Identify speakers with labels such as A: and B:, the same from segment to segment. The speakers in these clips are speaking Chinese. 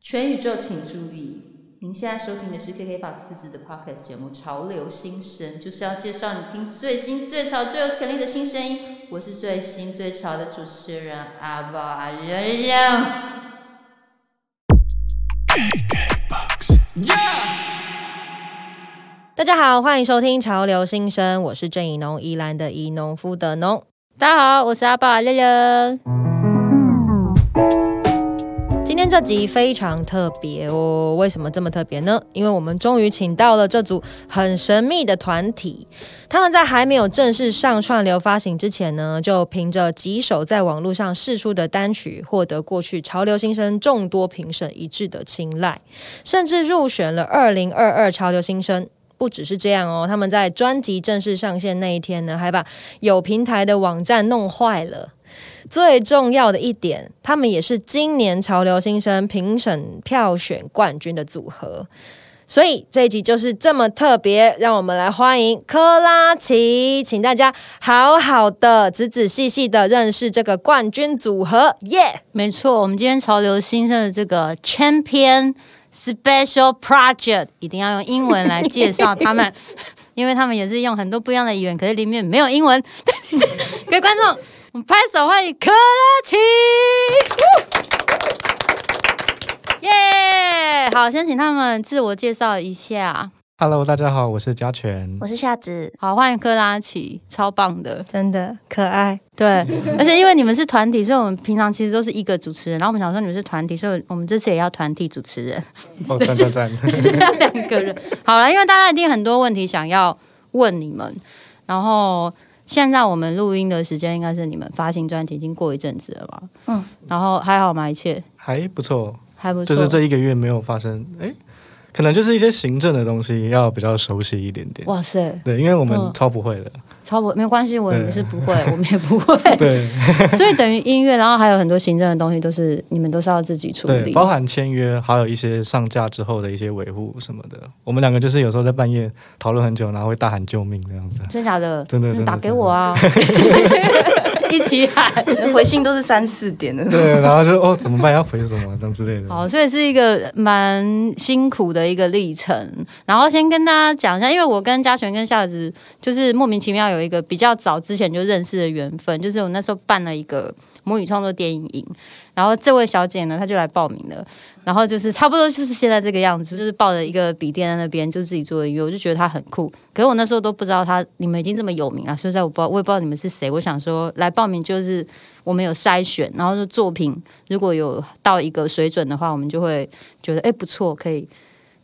A: 全宇宙请注意，您现在收听的是 KK Box 自制的 Podcast 节目《潮流新声》，就是要介绍你听最新、最潮、最有潜力的新声音。我是最新最潮的主持人阿宝阿仁仁。
B: 大家好，欢迎收听《潮流新生》，我是郑怡农，宜兰的宜农夫的农。
A: 大家好，我是阿宝乐乐。
B: 今天这集非常特别哦，为什么这么特别呢？因为我们终于请到了这组很神秘的团体，他们在还没有正式上串流发行之前呢，就凭着几首在网络上试出的单曲，获得过去潮流新生众多评审一致的青睐，甚至入选了二零二二潮流新生。不只是这样哦，他们在专辑正式上线那一天呢，还把有平台的网站弄坏了。最重要的一点，他们也是今年潮流新生评审票选冠军的组合。所以这一集就是这么特别，让我们来欢迎科拉奇，请大家好好的、仔仔细细的认识这个冠军组合，耶、
A: 没错，我们今天潮流新生的这个 Champion Special Project 一定要用英文来介绍他们， 因为他们也是用很多不一样的语言，可是里面没有英文。 各位观众，我们拍手欢迎科拉奇！耶、好，先请他们自我介绍一下。
C: Hello，大家好，我是嘉全
D: 我。是夏子，
A: 好，欢迎科拉奇，超棒的。
B: 真的可爱。
A: 对， 而且因为你们是团体，所以我们平常其实都是一个主持人。然后我们想说你们是团体，所以我们这次也要团体主持人，
C: 哦，赞赞 赞！
A: 就要两个人。好了，因为大家一定很多问题想要问你们，然后现在我们录音的时间应该是你们发行专辑已经过一阵子了吧？
D: 嗯，
A: 然后还好吗？一切
C: 还不错，
A: 还不错。
C: 就是这一个月没有发生，哎，可能就是一些行政的东西要比较熟悉一点点。
A: 哇塞，
C: 对，因为我
A: 嗯
C: 们超不会的。
A: 超我没有关系，我们
C: 对
A: 是不会，我们也不会。
C: 对
A: 所以等于音乐，然后还有很多行政的东西，都是你们都是要自己处
C: 对，
A: 理。
C: 包含签约，还有一些上架之后的一些维护什么的。我们两个就是有时候在半夜讨论很久，然后会大喊救命这样 子。
A: 真假的？
C: 真的
A: 那
C: 真的
A: 打给
C: 真的
A: 我啊！ 一起喊。
D: 回信都是三四点的。
C: 对，然后就哦怎么办？要回什么这样之类的。
A: 好，所以是一个蛮辛苦的一个历程。然后先跟大家讲一下，因为我跟嘉璇跟夏子就是莫名其妙有一个比较早之前就认识的缘分，就是我那时候办了一个母语创作电影营，然后这位小姐呢，她就来报名了。然后就是差不多就是现在这个样子，就是抱着一个笔电在那边，就自己做音乐，我就觉得她很酷。可是我那时候都不知道她你们已经这么有名了，啊所以在我不知道我也不知道你们是谁。我想说来报名就是我们有筛选，然后就作品如果有到一个水准的话，我们就会觉得哎、诶不错，可以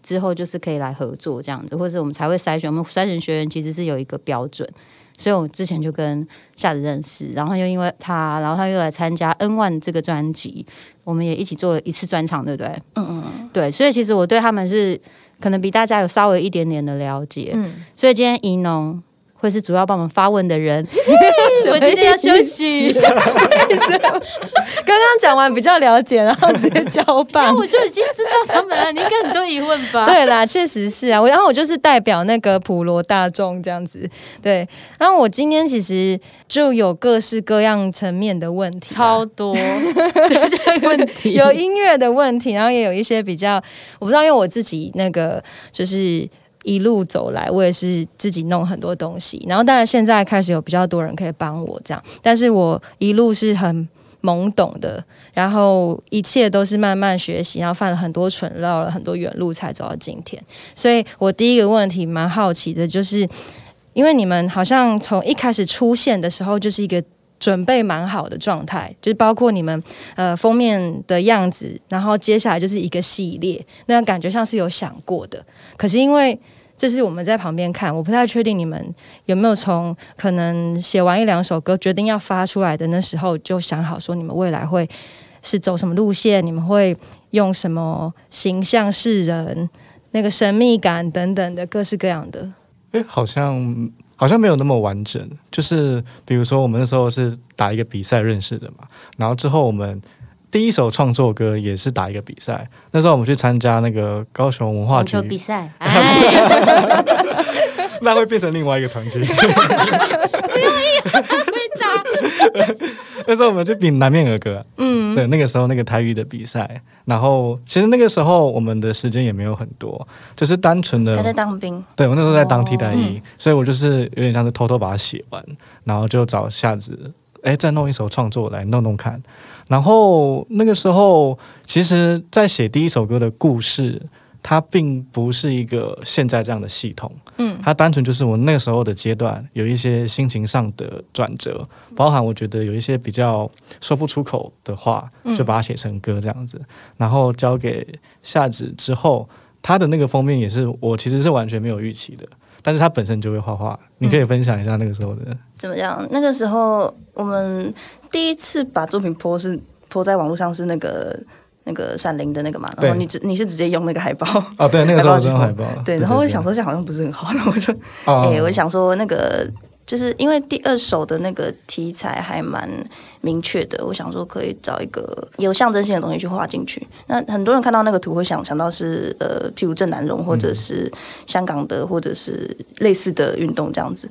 A: 之后就是可以来合作这样子，或者我们才会筛选。我们筛选学员其实是有一个标准，所以我之前就跟夏子认识，然后又因为他，然后他又来参加 N One 这个专辑，我们也一起做了一次专场，对不对？
D: 嗯嗯
A: 对，所以其实我对他们是可能比大家有稍微一点点的了解，
D: 嗯，
A: 所以今天怡农会是主要帮我们发问的 人，我
B: 我
A: 今天要休息。
B: 刚刚讲完比较了解，然后直接交棒
A: 那。我就已经知道他们了，你应该很多疑问吧？
B: 对啦，确实是啊。我然后我就是代表那个普罗大众这样子，对。然后我今天其实就有各式各样层面的问题啊、
A: 超 多这个问题，
B: 有音乐的问题，然后也有一些比较，我不知道，因为我自己那个就是一路走来，我也是自己弄很多东西，然后当然现在开始有比较多人可以帮我这样，但是我一路是很。懵懂的，然后一切都是慢慢学习，然后犯了很多蠢，绕了很多远路才走到今天。所以我第一个问题蛮好奇的，就是因为你们好像从一开始出现的时候就是一个准备蛮好的状态，就是包括你们呃封面的样子，然后接下来就是一个系列，那感觉像是有想过的。可是因为这是我们在旁边看，我不太确定你们有没有从可能写完一两首歌决定要发出来的那时候就想好说你们未来会是走什么路线，你们会用什么形象示人，那个神秘感等等的各式各样的。
C: 哎，好像好像没有那么完整。就是比如说，我们那时候是打一个比赛认识的嘛，然后之后我们第一首创作歌也是打一个比赛。那时候我们去参加那个高雄文化
A: 网
C: 局
A: 球，比赛，哎，
C: 那会变成另外一个团体。
A: 会长，
C: 那时候我们就比南面儿歌，嗯，对，那个时候那个台语的比赛，然后其实那个时候我们的时间也没有很多，就是单纯的
D: 他在当兵，
C: 对我那时候在当替代役，所以我就是有点像是偷偷把它写完，然后就找下子，哎，再弄一首创作来弄弄看。然后那个时候，其实，在写第一首歌的故事，它并不是一个现在这样的系统，嗯，它单纯就是我那个时候的阶段有一些心情上的转折，包含我觉得有一些比较说不出口的话，就把它写成歌这样子，然后交给夏子之后，他的那个封面也是我其实是完全没有预期的，但是他本身就会画画，你可以分享一下那个时候的，
D: 怎么讲？那个时候我们第一次把作品泼是泼在网络上是那个那个闪灵的那个嘛，然后
C: 对
D: 你直你是直接用那个海报，
C: 哦，对，那个时候我真的
D: 海
C: 海报，
D: 哎对，然后我想说这样好像不是很好，然后我就
C: 对，
D: 哎、
C: 哦
D: 我想说那个就是因为第二首的那个题材还蛮明确的，我想说可以找一个有象征性的东西去画进去。那很多人看到那个图会想想到是呃，譬如郑南榕或者是香港的或者是类似的运动这样子，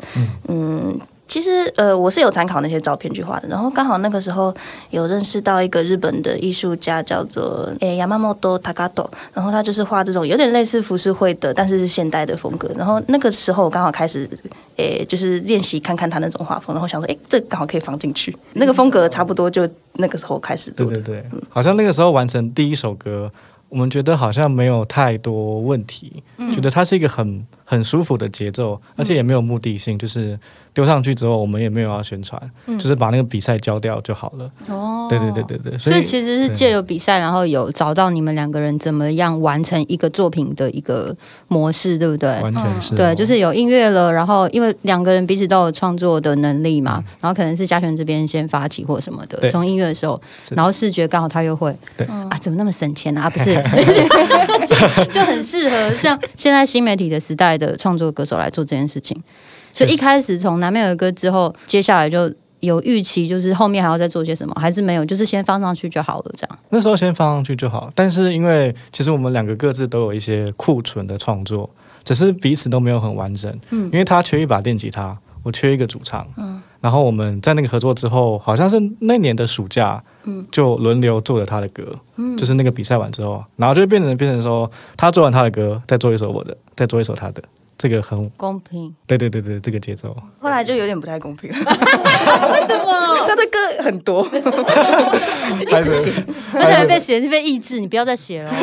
D: 嗯。其实，呃，我是有参考那些照片去画的，然后刚好那个时候有认识到一个日本的艺术家，叫做诶 Yamamoto Takato，然后他就是画这种有点类似浮世绘的，但是是现代的风格。然后那个时候我刚好开始，诶，就是练习看看他那种画风，然后想说，诶，这刚好可以放进去，那个风格差不多就那个时候开始
C: 对
D: 做的。
C: 对对，好像那个时候完成第一首歌，我们觉得好像没有太多问题，
D: 嗯
C: 觉得它是一个很很舒服的节奏，而且也没有目的性，就是丢上去之后我们也没有要宣传，
D: 嗯
C: 就是把那个比赛交掉就好了。
A: 哦
C: 对对对。对对，
A: 所
C: 以
A: 以其实是借由比赛，然后有找到你们两个人怎么样完成一个作品的一个模式，对不对？
C: 完全
D: 嗯
C: 是、
A: 对，就是有音乐了，然后因为两个人彼此都有创作的能力嘛，然后可能是嘉璇这边先发起或什么的，
C: 嗯对
A: 从音乐的时候，
C: 是
A: 然后视觉刚好他又会，
C: 对嗯
A: 啊，怎么那么省钱啊？啊 不是， 就就很适合像现在新媒体的时代的创作歌手来做这件事情。所以一开始从南面有一歌之后，接下来就有预期，就是后面还要再做些什么，还是没有，就是先放上去就好了，这样。
C: 那时候先放上去就好。但是因为其实我们两个各自都有一些库存的创作，只是彼此都没有很完整。嗯，因为他缺一把电吉他，我缺一个主唱。嗯，然后我们在那个合作之后，好像是那年的暑假，嗯，就轮流做了他的歌。嗯，就是那个比赛完之后，然后就变成变成说，他做完他的歌，再做一首我的，再做一首他的。这个很
A: 公平？
C: 对对对对，这个节奏
D: 后来就有点不 太公平了，
A: 为什么？
D: 他的歌很多，
C: 一直写，
A: 而 且还 被写，被抑制，你不要再写了。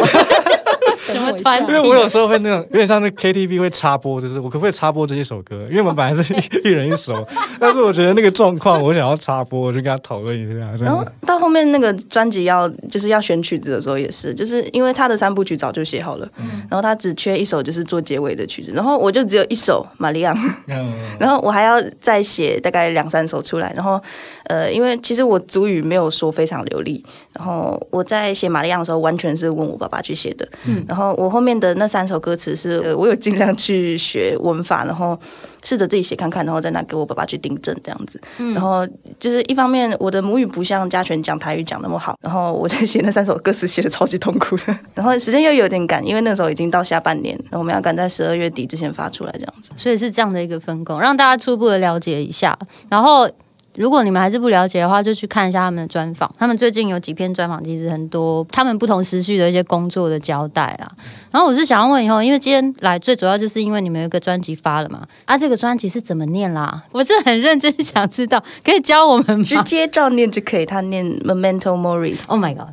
A: 什么团
C: 因为我有时候会那种，有点像那 KTV 会插播，就是我可不可以插播这一首歌？因为我们本来是 一人一首，但是我觉得那个状况，我想要插播，我就跟他讨论一下。真
D: 然后
C: 的，
D: 到后面那个专辑要就是要选曲子的时候也是，就是因为他的三部曲早就写好了，
C: 嗯
D: 然后他只缺一首就是做结尾的曲子，然后我就只有一首《玛利亚》。
C: 嗯，
D: 然后我还要再写大概两三首出来，然后呃，因为其实我主语没有说非常流利，然后我在写《玛利亚》的时候，完全是问我爸爸去写的。嗯，然后我后面的那三首歌词是、呃我有尽量去学文法，然后试着自己写看看，然后再拿给我爸爸去订正这样子。
C: 嗯
D: 然后就是一方面我的母语不像嘉全讲台语讲那么好，然后我在写那三首歌词写的超级痛苦的，然后时间又有点赶，因为那时候已经到下半年，然后我们要赶在十二月底之前发出来这样子。
A: 所以是这样的一个分工，让大家初步的了解一下。然后，如果你们还是不了解的话，就去看一下他们的专访。他们最近有几篇专访，其实很多他们不同时序的一些工作的交代啦。然后我是想要问以后，因为今天来最主要就是因为你们有一个专辑发了嘛，啊，这个专辑是怎么念啦？我是很认真想知道，可以教我们
D: 直
A: 吗
D: 接照念就可以，他念 Memento Mori，
A: ？Oh my god！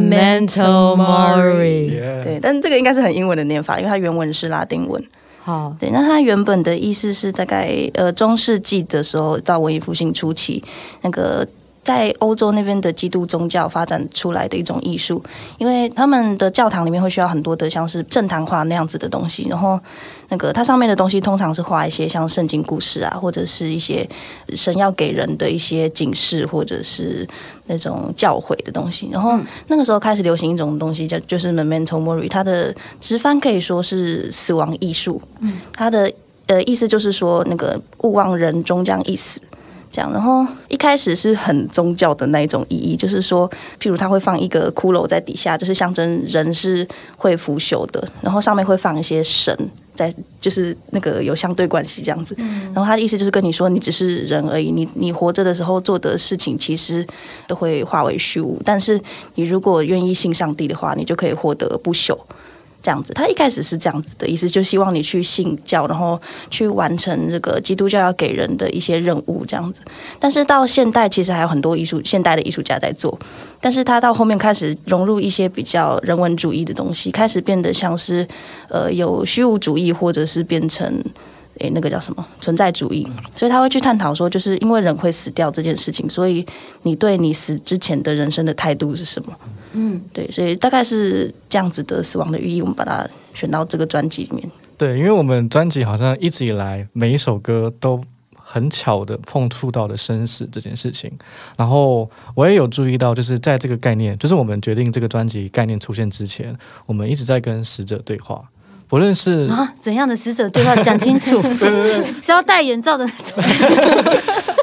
B: Memento Mori，
D: 对，但是这个应该是很英文的念法，因为它原文是拉丁文。
A: 好，
D: 对，那它原本的意思是大概呃中世纪的时候，到文艺复兴初期，那个在欧洲那边的基督宗教发展出来的一种艺术，因为他们的教堂里面会需要很多的像是正堂画那样子的东西，然后那个它上面的东西通常是画一些像圣经故事啊，或者是一些神要给人的一些警示，或者是那种教诲的东西。然后那个时候开始流行一种东西叫就是 memento mori，它的直翻可以说是死亡艺术。嗯，它的呃意思就是说那个勿忘人终将一死。这样，然后一开始是很宗教的那一种意义，就是说，譬如他会放一个骷髅在底下，就是象征人是会腐朽的，然后上面会放一些神在，就是那个有相对关系这样子。然后他的意思就是跟你说，你只是人而已，你你活着的时候做的事情其实都会化为虚无，但是你如果愿意信上帝的话，你就可以获得不朽。这样子，他一开始是这样子的意思，就希望你去信教，然后去完成这个基督教要给人的一些任务，这样子。但是到现代，其实还有很多艺术，现代的艺术家在做，但是他到后面开始融入一些比较人文主义的东西，开始变得像是呃有虚无主义，或者是变成。诶，那个叫什么存在主义，所以他会去探讨说，就是因为人会死掉这件事情，所以你对你死之前的人生的态度是什么？嗯，对，所以大概是这样子的死亡的寓意，我们把它选到这个专辑里面。
C: 对，因为我们专辑好像一直以来每一首歌都很巧的碰触到了生死这件事情，然后我也有注意到，就是在这个概念，就是我们决定这个专辑概念出现之前，我们一直在跟死者对话，不论是
A: 啊，怎样的死者 对话讲清楚？是要戴眼罩的那种。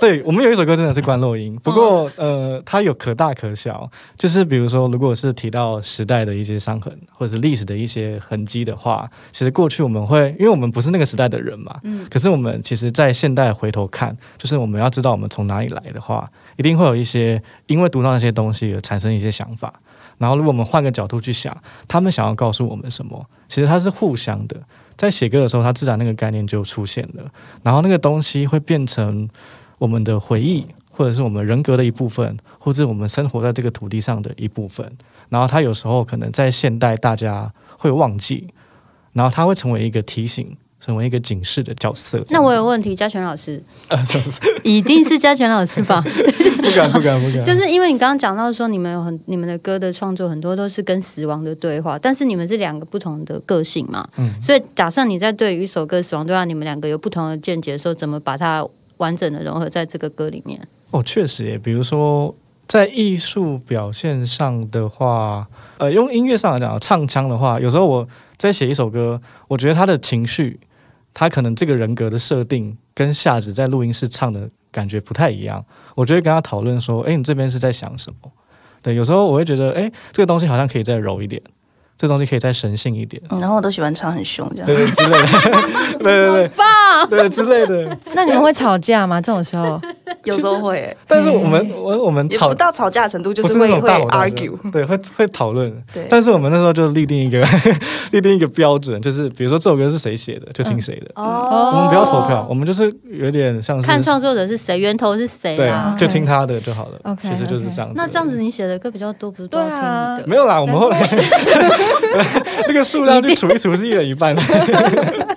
C: 对我们有一首歌真的是关落音，不过呃，它有可大可小，就是比如说，如果是提到时代的一些伤痕，或者是历史的一些痕迹的话，其实过去我们会，因为我们不是那个时代的人嘛，嗯，可是我们其实在现代回头看，就是我们要知道我们从哪里来的话，一定会有一些因为读到那些东西而产生一些想法。然后，如果我们换个角度去想，他们想要告诉我们什么，其实它是互相的。在写歌的时候，它自然那个概念就出现了，然后那个东西会变成我们的回忆，或者是我们人格的一部分，或者是我们生活在这个土地上的一部分。然后它有时候可能在现代大家会忘记，然后它会成为一个提 醒，成为一个警示的角色。
A: 那我有问题，嘉全老师，
C: 呃是是
A: 一定是嘉全老师 吧？
C: 不敢不敢不敢，
A: 就是因为你刚刚讲到说，你们有很你们的歌的创作很多都是跟死亡的对话，但是你们是两个不同的个性嘛，
C: 嗯
A: 所以假设你在对于一首歌死亡对话，你们两个有不同的见解的时候，怎么把它完整的融合在这个歌里面？
C: 哦，确实耶，比如说在艺术表现上的话，呃，用音乐上来讲，唱腔的话，有时候我在写一首歌，我觉得他的情绪，他可能这个人格的设定跟夏子在录音室唱的感觉不太一样，我就会跟他讨论说，哎，你这边是在想什么？对，有时候我会觉得，哎，这个东西好像可以再柔一点，这东西可以再神性 一点，
D: 嗯然后我都喜欢唱很凶这样。
C: 对对之类的，对对对，棒，对之类的。
B: 那你们会吵架吗？这种时候，
D: 有时候会、
C: 但是我们我我们
D: 也
C: 吵
D: 不到吵架的程度，就
C: 不
D: 是
C: 那
D: 会
C: 种
D: 会
C: 大吼大叫
D: argue。
C: 对，会会讨论。
D: 对
C: 但是我们那时候就立定一个 立定一个标准，就是比如说这首歌是谁写的，就听谁的。
A: 哦，
D: 嗯
C: 我们不要投票，我们就是有点像是
A: 嗯看创作者是谁，源头是谁
C: 对啊
D: 嗯
A: 啦。
C: 就听他的就好了。
B: OK，
C: 其实就是这样子。
A: 那这样子，你写的歌比较多，不是都要听
B: 对啊
A: 你的？
C: 没有啦，我们后来 那个数量就除一除是一人一半。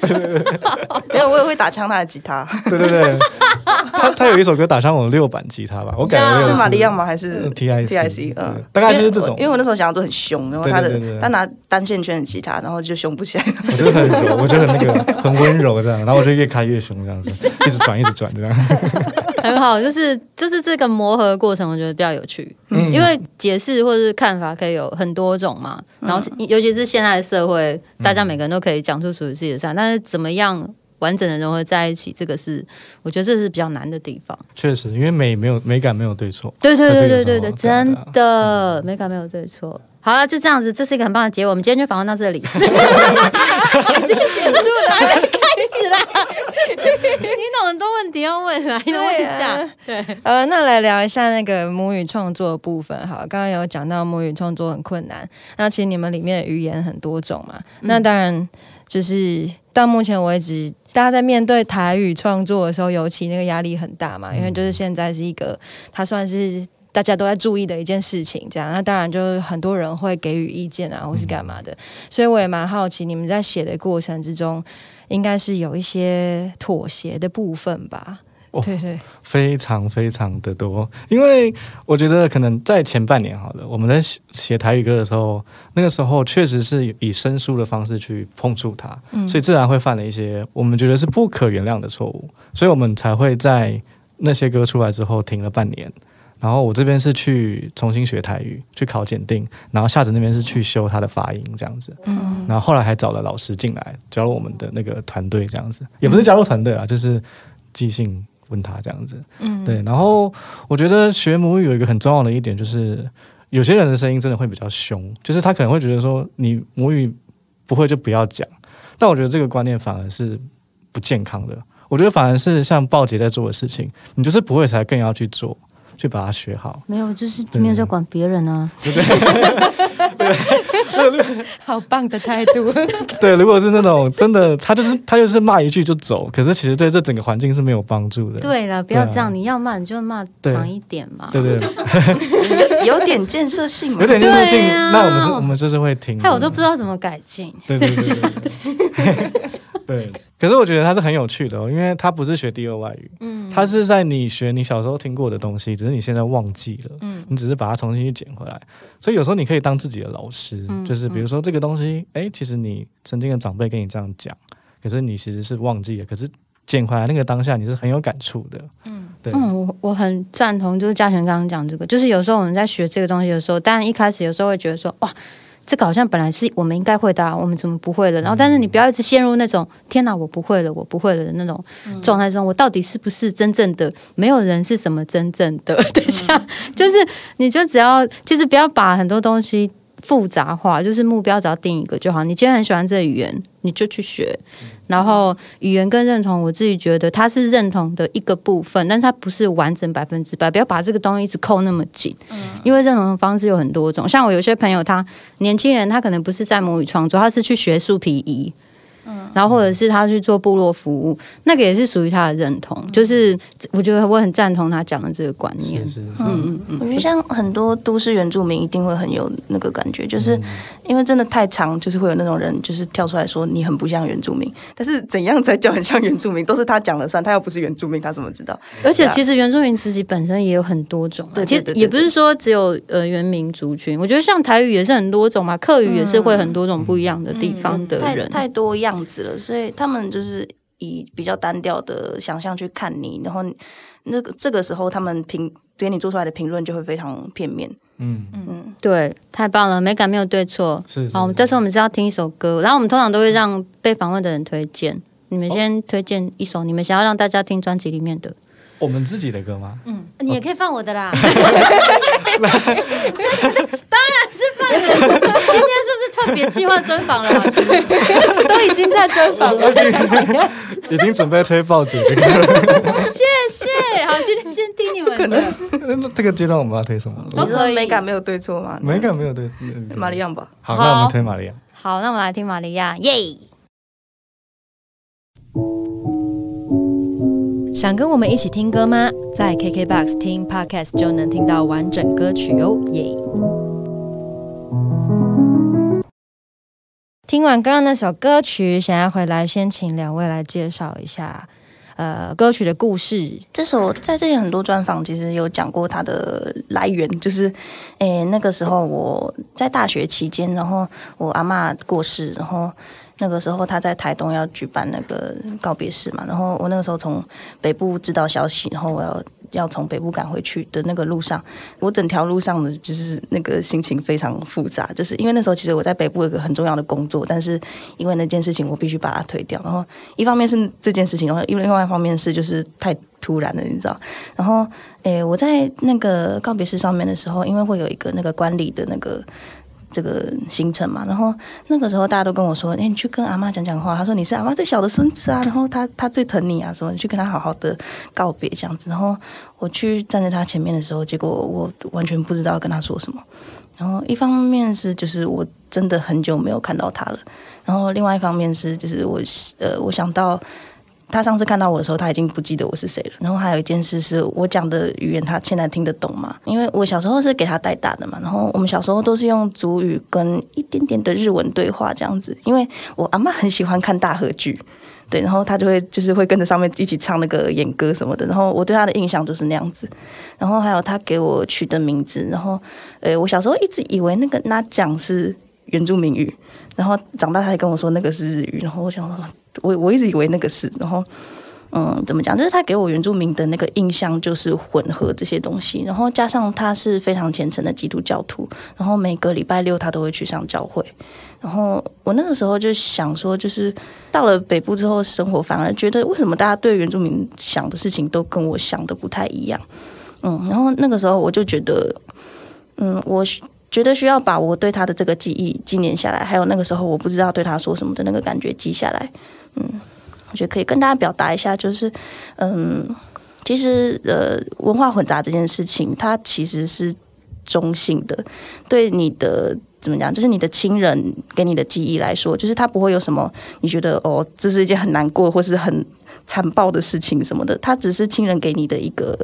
D: 没有，我也会打枪他的吉他，
C: 对对对，他他有一首歌打上我六版吉他吧，我感觉
A: 对
C: 有
A: 啊
D: 是玛利亚吗？还是
C: T I
D: T I C？
C: 嗯
D: 嗯，，
C: 大概就是这种
D: 因为我因为。我那时候想要做很凶，然后他的
C: 对对对对
D: 他拿单线圈的吉他，然后就凶不起来。
C: 我觉得很柔， 我觉得很那个很温柔这样，然后我就越开越凶这样子，一直转一直转这样。
A: 很好，就是就是这个磨合过程，我觉得比较有趣，
C: 嗯
A: 因为解释或是看法可以有很多种嘛。然后尤其是现在的社会，
C: 嗯
A: 大家每个人都可以讲出属于自己的善，但是怎么样完整的融合在一起，这个是我觉得这是比较难的地方。
C: 确实，因为美没有美感没有对错。
A: 对对
C: 在
A: 对
C: 这个
A: 对
C: 时候
A: 对对，
C: 这样
A: 真
C: 的啊
A: 的美感没有对错。好了，就这样子，这是一个很棒的结果。我们今天就访问到 这里， 已经结束了，还没开始啦。你有很多问题要问来，你问一下。对，
B: 呃，那来聊一下那个母语创作的部分。好，刚刚有讲到母语创作很困难，那其实你们里面的语言很多种嘛。那当然，就是到目前为止，大家在面对台语创作的时候，尤其那个压力很大嘛，因为就是现在是一个，它算是。大家都在注意的一件事情，这样那当然就是很多人会给予意见啊，或是干嘛的，所以我也蛮好奇，你们在写的过程之中，应该是有一些妥协的部分吧？
C: 哦
B: 对对，
C: 非常非常的多，因为我觉得可能在前半年好了，我们在写写台语歌的时候，那个时候确实是以生疏的方式去碰触它，所以自然会犯了一些我们觉得是不可原谅的错误，所以我们才会在那些歌出来之后停了半年。然后我这边是去重新学台语，去考检定，然后夏子那边是去修他的发音这样子，然后后来还找了老师进来加入我们的那个团队这样子，也不是加入团队啊，就是即兴问他这样子，
B: 嗯，
C: 对，然后我觉得学母语有一个很重要的一点，就是有些人的声音真的会比较凶，就是他可能会觉得说你母语不会就不要讲，但我觉得这个观念反而是不健康的。我觉得反而是像鲍姐在做的事情，你就是不会才更要去做，去把它学好。
A: 没有，就是
C: 对
A: 没有在管别人啊。
B: 好棒的态度。
C: 对，如果是那种真的，他就是他就是骂一句就走，可是其实对这整个环境是没有帮助的。
A: 对了，不要
C: 对啊
A: 这样，你要骂你就骂
C: 对
A: 长一点嘛。
C: 对对对，
D: 有点建设性嘛，
C: 有点建设性
A: 对。啊
C: 那我们是，我们就是会听的。
A: 害我都不知道怎么改进。
C: 对对对对 对。对，可是我觉得它是很有趣的哦，因为它不是学第二外语，嗯，它是在你学你小时候听过的东西，只是你现在忘记了，嗯，你只是把它重新去捡回来。所以有时候你可以当自己的老师，就是比如说这个东西，哎，其实你曾经的长辈跟你这样讲，可是你其实是忘记了，可是捡回来那个当下你是很有感触的，嗯，对，
A: 嗯，我我很赞同，就是嘉璇刚刚讲这个，就是有时候我们在学这个东西的时候，当然一开始有时候会觉得说，哇，这个好像本来是我们应该会的、啊，我们怎么不会了？然后，但是你不要一直陷入那种天哪，我不会了，我不会了的那种状态中，我到底是不是真正的？没有人是什么真正的， 等一下，就是你就只要就是不要把很多东西。复杂化就是目标，只要定一个就好。你今天很喜欢这个语言，你就去学。然后语言跟认同，我自己觉得它是认同的一个部分，但它不是完整百分之百。不要把这个东西一直扣那么紧，因为认同的方式有很多种。像我有些朋友他，年轻人他可能不是在母语创作，他是去学树皮衣。然后或者是他去做部落服务，那个也是属于他的认同。就是我觉得我很赞同他讲的这个观念
C: 是。是是，
D: 我觉得像很多都市原住民一定会很有那个感觉，
A: 嗯
D: 就是因为真的太长，就是会有那种人就是跳出来说你很不像原住民，但是怎样才叫很像原住民，都是他讲了算，他要不是原住民，他怎么知道？
A: 而且其实原住民自己本身也有很多种、啊，
D: 啊对对
A: 其实
D: 对对
A: 也不是说只有呃原民族群，我觉得像台语也是很多种嘛，客语也是会很多种不一样的地方的
D: 太
A: 人。啊
D: 太多样子了，所以他们就是以比较单调的想象去看你，然后你那个这个时候他们评给你做出来的评论就会非常片面。
C: 嗯，
D: 嗯，
A: 对，太棒了，美感没有对错。
C: 是是
A: 好，我们这次我们是要听一首歌，然后我们通常都会让被访问的人推荐。你
D: 哦
A: 们先推荐一首你们想要让大家听专辑里面的，
C: 我们自己的歌吗？
A: 呃你也可以放我的 啦。当然是放你的，今天是不是特别计划专访了？老师
B: 都已经在专访 了，
C: 已经准备推报纸这个了，
A: 谢谢。好，今天先听你们的。
C: 那这个阶段我们要推什么？
A: 都
D: 你说
A: 可以
D: 美感没有对错吗？
C: 美感没有对，
D: 玛利亚吧。
C: 好，那我
A: 好
C: 们推玛利亚。
A: 好，那我们来听玛利亚，耶、
B: 想跟我们一起听歌吗？在 KKBOX 听 Podcast 就能听到完整歌曲哦，耶、听完刚刚那首歌曲，想要回来先请两位来介绍一下，呃，歌曲的故事。
D: 这首在之前很多专访其实有讲过它的来源，就是，诶、那个时候我在大学期间，然后我阿嬷过世，然后那个时候她在台东要举办那个告别式嘛，然后我那个时候从北部知道消息，然后我要要从北部赶回去的那个路上，我整条路上的就是那个心情非常复杂，就是因为那时候其实我在北部有一个很重要的工作，但是因为那件事情我必须把它推掉，然后一方面是这件事情，然后另另外一方面是就是太突然了，你知道。然后，诶，我在那个告别式上面的时候，因为会有一个那个观礼的那个这个行程嘛，然后那个时候大家都跟我说，诶，你去跟阿妈讲讲话。她说你是阿妈最小的孙子啊，然后她她最疼你啊，什么，你去跟她好好的告别这样子。然后我去站在她前面的时候，结果我完全不知道跟她说什么。然后一方面是就是我真的很久没有看到她了，然后另外一方面是就是我呃我想到他上次看到我的时候，他已经不记得我是谁了。然后还有一件事是我讲的语言，他现在听得懂吗？因为我小时候是给他带大的嘛，然后我们小时候都是用族语跟一点点的日文对话这样子。因为我阿妈很喜欢看大和剧，对，然后他就会就是会跟着上面一起唱那个演歌什么的。然后我对他的印象就是那样子。然后还有他给我取的名字，然后呃，我小时候一直以为那个那讲是原住民语，然后长大他还跟我说那个是日语，然后我想说，我我一直以为那个是，然后嗯，怎么讲？就是他给我原住民的那个印象就是混合这些东西，然后加上他是非常虔诚的基督教徒，然后每个礼拜六他都会去上教会。然后我那个时候就想说，就是到了北部之后生活，反而觉得为什么大家对原住民想的事情都跟我想的不太一样？嗯，然后那个时候我就觉得，嗯，我觉得需要把我对他的这个记忆纪念下来，还有那个时候我不知道对他说什么的那个感觉记下来。嗯，我觉得可以跟大家表达一下，就是嗯，其实呃，文化混杂这件事情，它其实是中性的，对你的。怎么讲？就是你的亲人给你的记忆来说，就是他不会有什么你觉得哦，这是一件很难过或是很残暴的事情什么的，他只是亲人给你的一个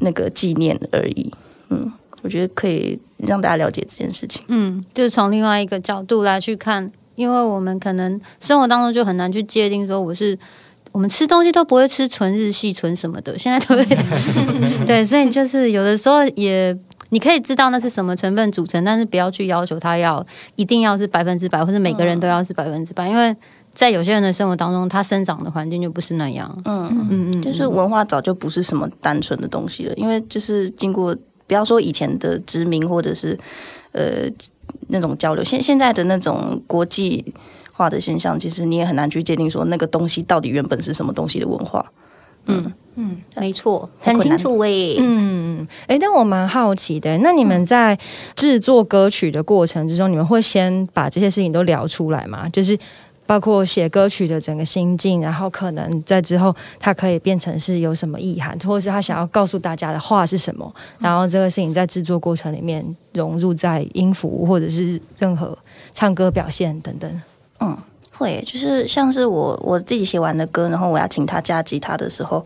D: 那个纪念而已。嗯，我觉得可以让大家了解这件事情。
A: 嗯，就是从另外一个角度来去看，因为我们可能生活当中就很难去界定说我是。我们吃东西都不会吃纯日系、纯什么的，现在都会 对，所以就是有的时候也你可以知道那是什么成分组成，但是不要去要求它要一定要是百分之百，或是每个人都要是百分之百，因为在有些人的生活当中，他生长的环境就不是那样。
D: 嗯嗯嗯，就是文化早就不是什么单纯的东西了，因为就是经过不要说以前的殖民或者是呃那种交流，现现在的那种国际。化的现象，其实你也很难去界定说那个东西到底原本是什么东西的文化。
A: 嗯嗯，没错，很清楚欸诶、
B: 嗯，哎、但我蛮好奇的，那你们在制作歌曲的过程之中，你们会先把这些事情都聊出来吗？就是包括写歌曲的整个心境，然后可能在之后它可以变成是有什么意涵，或者是他想要告诉大家的话是什么，然后这个事情在制作过程里面融入在音符或者是任何唱歌表现等等。
D: 嗯，会，就是像是我我自己写完的歌，然后我要请他加吉他的时候，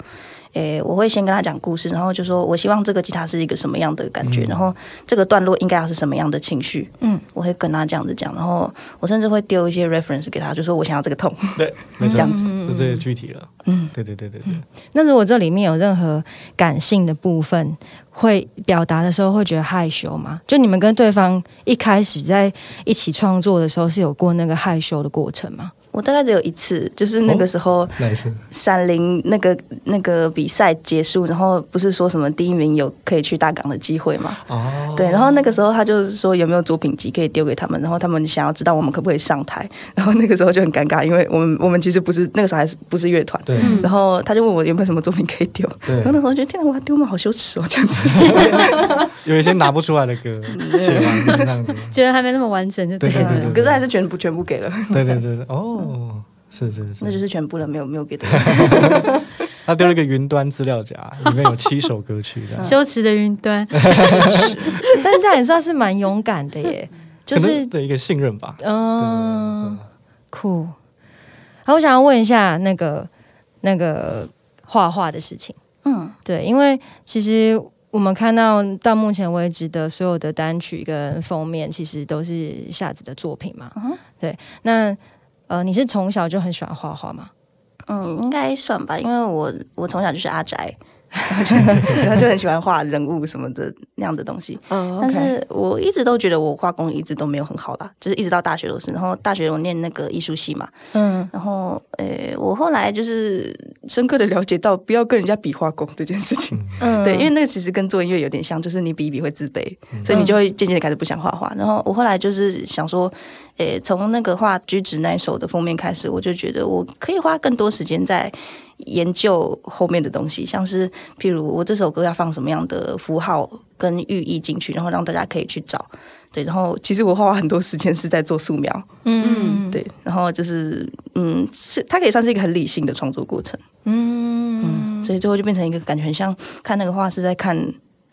D: 诶，我会先跟他讲故事，然后就说我希望这个吉他是一个什么样的感觉，然后这个段落应该要是什么样的情绪，嗯，我会跟他这样子讲，然后我甚至会丢一些 reference 给他，就说我想要这个痛，
C: 对，没
D: 这
C: 错
D: 样，子，
C: 就这些具体了。嗯，对对对对对，
B: 那如果这里面有任何感性的部分，会表达的时候会觉得害羞吗？就你们跟对方一开始在一起创作的时候，是有过那个害羞的过程吗？
D: 我大概只有一次，就是那个时候。
C: 那也是
D: 闪灵那个那个比赛结束，然后不是说什么第一名有可以去大港的机会嘛？
C: 哦，
D: 对，然后那个时候他就是说有没有作品集可以丢给他们，然后他们想要知道我们可不可以上台， 然后那个时候就很尴尬，因为我们我们其实不是那个时候还是不是乐团，
C: 对
D: 然后他就问我有没有什么作品可以丢，
C: 嗯对
D: 然后那时候我觉得天哪，我要丢吗？好羞耻哦，这样子。
C: 有一些拿不出来的歌，写完这样子，
A: 觉得还没那么完整就对
C: 对
A: 了。
C: 对对对，
D: 啊可是还是全部全部给了，
C: 对对对对，哦，是是是，
D: 那就是全部了，没有没有别的。
C: 他丢了一个云端资料夹，里面有七首歌曲，这 样
A: 羞耻的云端，
B: 但这样也算是蛮勇敢的耶，就
C: 可
B: 是
C: 能的一个信任吧。
B: 嗯、酷。好，我想要问一下那个那个画画的事情。
D: 嗯，
B: 对，因为其实我们看到到目前为止的所有的单曲跟封面，其实都是夏子的作品嘛。
D: 嗯
B: 对，那呃，你是从小就很喜欢画画吗？
D: 嗯，应该算吧，因为我我从小就是阿宅，然后就然后就很喜欢画人物什么的那样的东西。
B: 哦
D: 但是我一直都觉得我画工一直都没有很好啦，就是一直到大学都是。然后大学我念那个艺术系嘛，
B: 嗯，
D: 然后呃，我后来就是深刻的了解到不要跟人家比画工这件事情。
B: 嗯
D: 对，因为那个其实跟做音乐有点像，就是你比一比会自卑，所
B: 嗯
D: 以你就会渐渐的开始不想画画。然后我后来就是想说，诶，从那个画《居止》那一首的封面开始，我就觉得我可以花更多时间在研究后面的东西，像是譬如我这首歌要放什么样的符号跟寓意进去，然后让大家可以去找。对，然后其实我花很多时间是在做素描，
B: 嗯
D: 对，然后就是嗯，是它可以算是一个很理性的创作过程。
B: 嗯
D: 所以最后就变成一个感觉很像看那个画是在看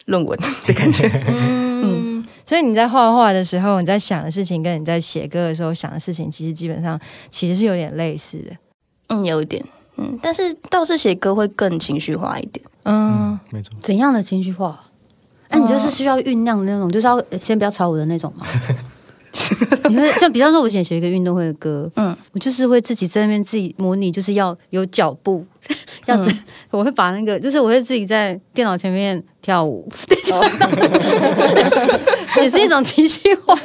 D: 论文的感觉。
B: 嗯， 所以你在画画的时候，你在想的事情，跟你在写歌的时候想的事情，其实基本上其实是有点类似的。
D: 嗯，有一点，嗯，但是倒是写歌会更情绪化一点。
B: 嗯，
C: 没错，
A: 怎样的情绪化？那、你就是需要酝酿的那种，就是要呃先不要吵我的那种嘛。你会就比方说，我以前学一个运动会的歌，嗯
D: 嗯，
A: 我就是会自己在那边自己模拟，就是要有脚步， 要、我会把那个，就是我会自己在电脑前面跳舞， 也是一种情绪化。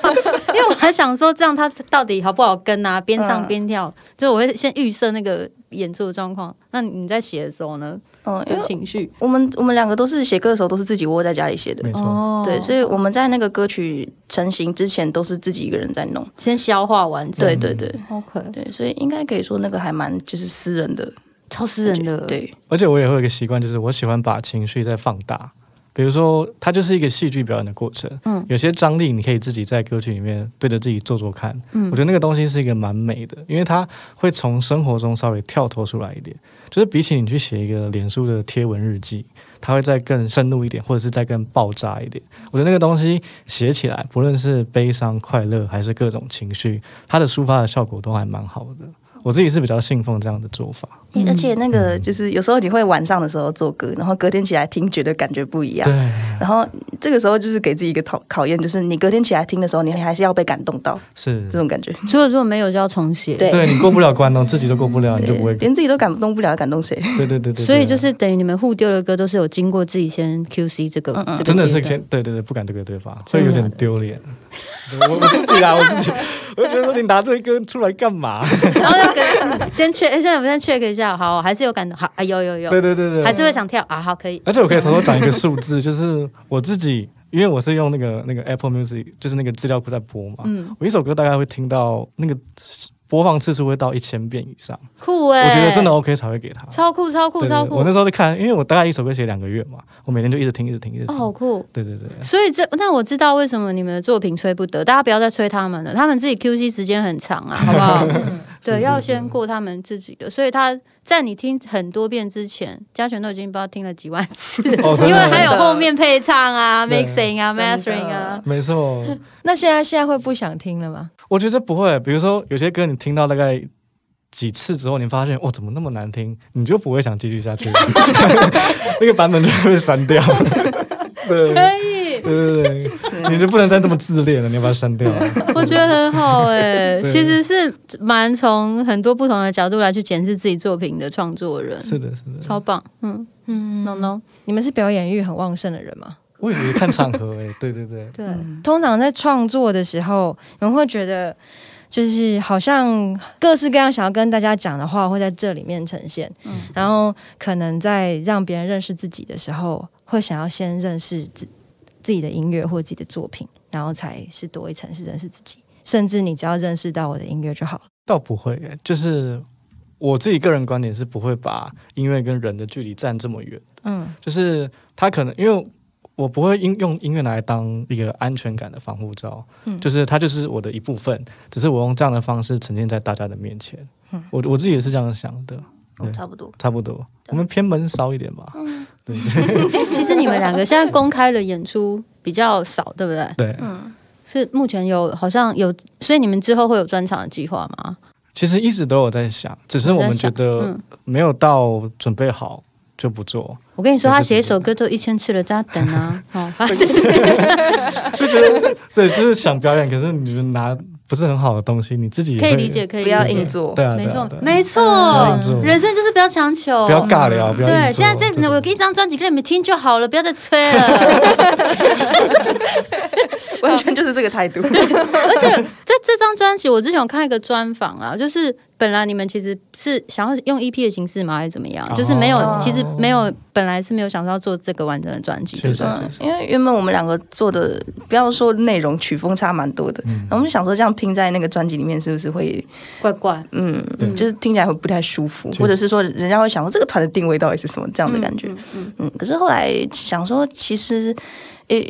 A: 因为我还想说，这样它到底好不好跟啊？边唱边跳，就我会先预设那个演出的状况。那你在写的时候呢，
D: 嗯，因
A: 有
D: 为
A: 情绪
D: 我们我们两个都是写歌的时候都是自己窝在家里写的
C: 没。错，
A: 哦
D: 对，所以我们在那个歌曲成型之前都是自己一个人在弄。
A: 先消化完整。
D: 对对对
A: OK，
D: 对，所以应该可以说那个还蛮就是私人的
A: 超私
D: 感
A: 人
D: 觉
A: 的，，
D: 对，
C: 而且我也会有一个习惯，就是我喜欢把情绪再放大。比如说，它就是一个戏剧表演的过程。嗯，有些张力你可以自己在歌曲里面对着自己做做看。嗯，我觉得那个东西是一个蛮美的，因为它会从生活中稍微跳脱出来一点。就是比起你去写一个脸书的贴文日记，它会再更深入一点，或者是再更爆炸一点。我觉得那个东西写起来，不论是悲伤、快乐，还是各种情绪，它的抒发的效果都还蛮好的。我自己是比较信奉这样的做法。
D: 而且那个就是有时候你会晚上的时候做歌，然后隔天起来听，觉得感觉不一样。
C: 对，
D: 然后这个时候就是给自己一个考考验，就是你隔天起来听的时候，你还是要被感动到
C: 是
D: 这。种感觉。
A: 所以如果没有就要重写，
D: 嗯对
C: 对你过不了关哦，自己都过不了，你就不会。对
D: 连自己都感动不了，感动谁？
C: 对对对对。
A: 所以就是等于你们互丢的歌都是有经过自己先 QC 这个，
D: 嗯嗯
A: 这个
C: 真的是
A: 阶段
C: 先对对对，不敢丢给对方，
A: 真
C: 会
A: 的
C: 有点丢脸。我我自己啦，啊我自己，我就觉得说你拿这个出来干 嘛？
A: 然后要给先 check，哎现在我们先 check 一下，好，还是有感动，好啊，有有有，
C: 对对对对，
A: 还是会想跳啊，好，可以，
C: 而且我可以偷偷讲一个数字，就是我自己，因为我是用那个那个 Apple Music，就是那个资料库在播嘛，
A: 嗯
C: 我一首歌大概会听到那个播放次数会到一千遍以上，
A: 酷哎、
C: 我觉得真的 OK 才会给他。
A: 超酷，超酷，
C: 对对
A: 超
C: 对我
A: 酷
C: 那，时候就看，因为我大概一首歌写两个月嘛，我每天就一直听，一直听，一直
A: 哦，
C: 听。
A: 好酷。
C: 对对对，
A: 所以这那我知道为什么你们的作品吹不得，大家不要再吹他们了，他们自己 QC 时间 很长啊，好不好？对，
C: 是是
A: 要
C: 是
A: 先过他们自己的，所以他在你听很多遍之前，嘉全都已经不知道听了几万次，
C: 哦真的
A: 因为还有
D: 真的
A: 后面配唱啊、
C: 对
A: mixing 啊、
D: 真的
A: mastering 啊，
C: 没错。
B: 那现在现在会不想听了吗？
C: 我觉得不会，比如说有些歌你听到大概几次之后，你发现哦怎么那么难听，你就不会想继续下 去，那个版本就会被删掉。对
A: 可
C: 对
A: 以，
C: 对对，你就不能再这么自恋了，你要把它删掉。
A: 我觉得很好哎、
C: 对
A: 其实是蛮从很多不同的角度来去检视自己作品的创作人，
C: 是的，是的，
A: 超棒，嗯嗯，农农，
B: 你们是表演欲很旺盛的人吗？
C: 我也觉得看场合诶、对对对，
A: 对，
B: 通常在创作的时候，你们会觉得就是好像各式各样想要跟大家讲的话会在这里面呈现，然后可能在让别人认识自己的时候，会想要先认识自自己的音乐或自己的作品，然后才是多一层是认识自己。甚至你只要认识到我的音乐就好了。
C: 倒不会、诶，就是我自己个人观点是不会把音乐跟人的距离站这么远，
B: 嗯
C: 就是他可能因为。我不会音用音乐拿来当一个安全感的防护罩，
B: 嗯
C: 就是它就是我的一部分，只是我用这样的方式呈现在大家的面前。
A: 嗯
C: 我我自己也是这样想的，
A: 哦
C: 对
D: 差不多。
C: 差不多。我们偏闷骚一点吧，
A: 嗯哎、其实你们两个现在公开的演出比较少，对不对？
C: 对。
A: 是目前有好像有，所以你们之后会有专场的计划吗？
C: 其实一直都有在想，只是我们觉得
A: 嗯，
C: 没有到准备好就不做，
A: 我跟你说，他写一首歌都一千次了，大家等 啊。哦，
C: 就觉得 对，就是想表演，可是你觉得拿不是很好的东西，你自己也
A: 可以
C: 会
A: 理解，，可以
D: 不要
A: 理解
D: 硬，做
C: 对，啊，
A: 没
C: 对啊
A: 错
C: 对，啊
A: 没
C: 不要
A: 错
C: 硬，做，
A: 人生就是不要强求
C: 不。要尬聊，不要硬
A: 对，
C: 做
A: 现在这
C: 对
A: 我有一张专辑给你们听就好了，不要再吹了。
D: 完全就是这个态度。
A: 而且在这张专辑，我之前有看一个专访啊，就是本来你们其实是想要用 EP 的形式吗，还是怎么样？
C: 哦
A: 就是没有，其实没有，本来是没有想到做这个完整的专辑，对
C: 确
A: 不
C: 实
A: 对？
D: 嗯，因为原本我们两个做的，不要说内容曲风差蛮多的，
C: 嗯
D: 然后我们就想说这样拼在那个专辑里面，是不是会
A: 怪怪，
D: 嗯
C: 对，
D: 就是听起来会不太舒服，
C: 确
D: 或者是说人家会想说这个团的定位到底是什么这样的感觉。
A: 嗯嗯
D: 嗯，可是后来想说，其实，诶、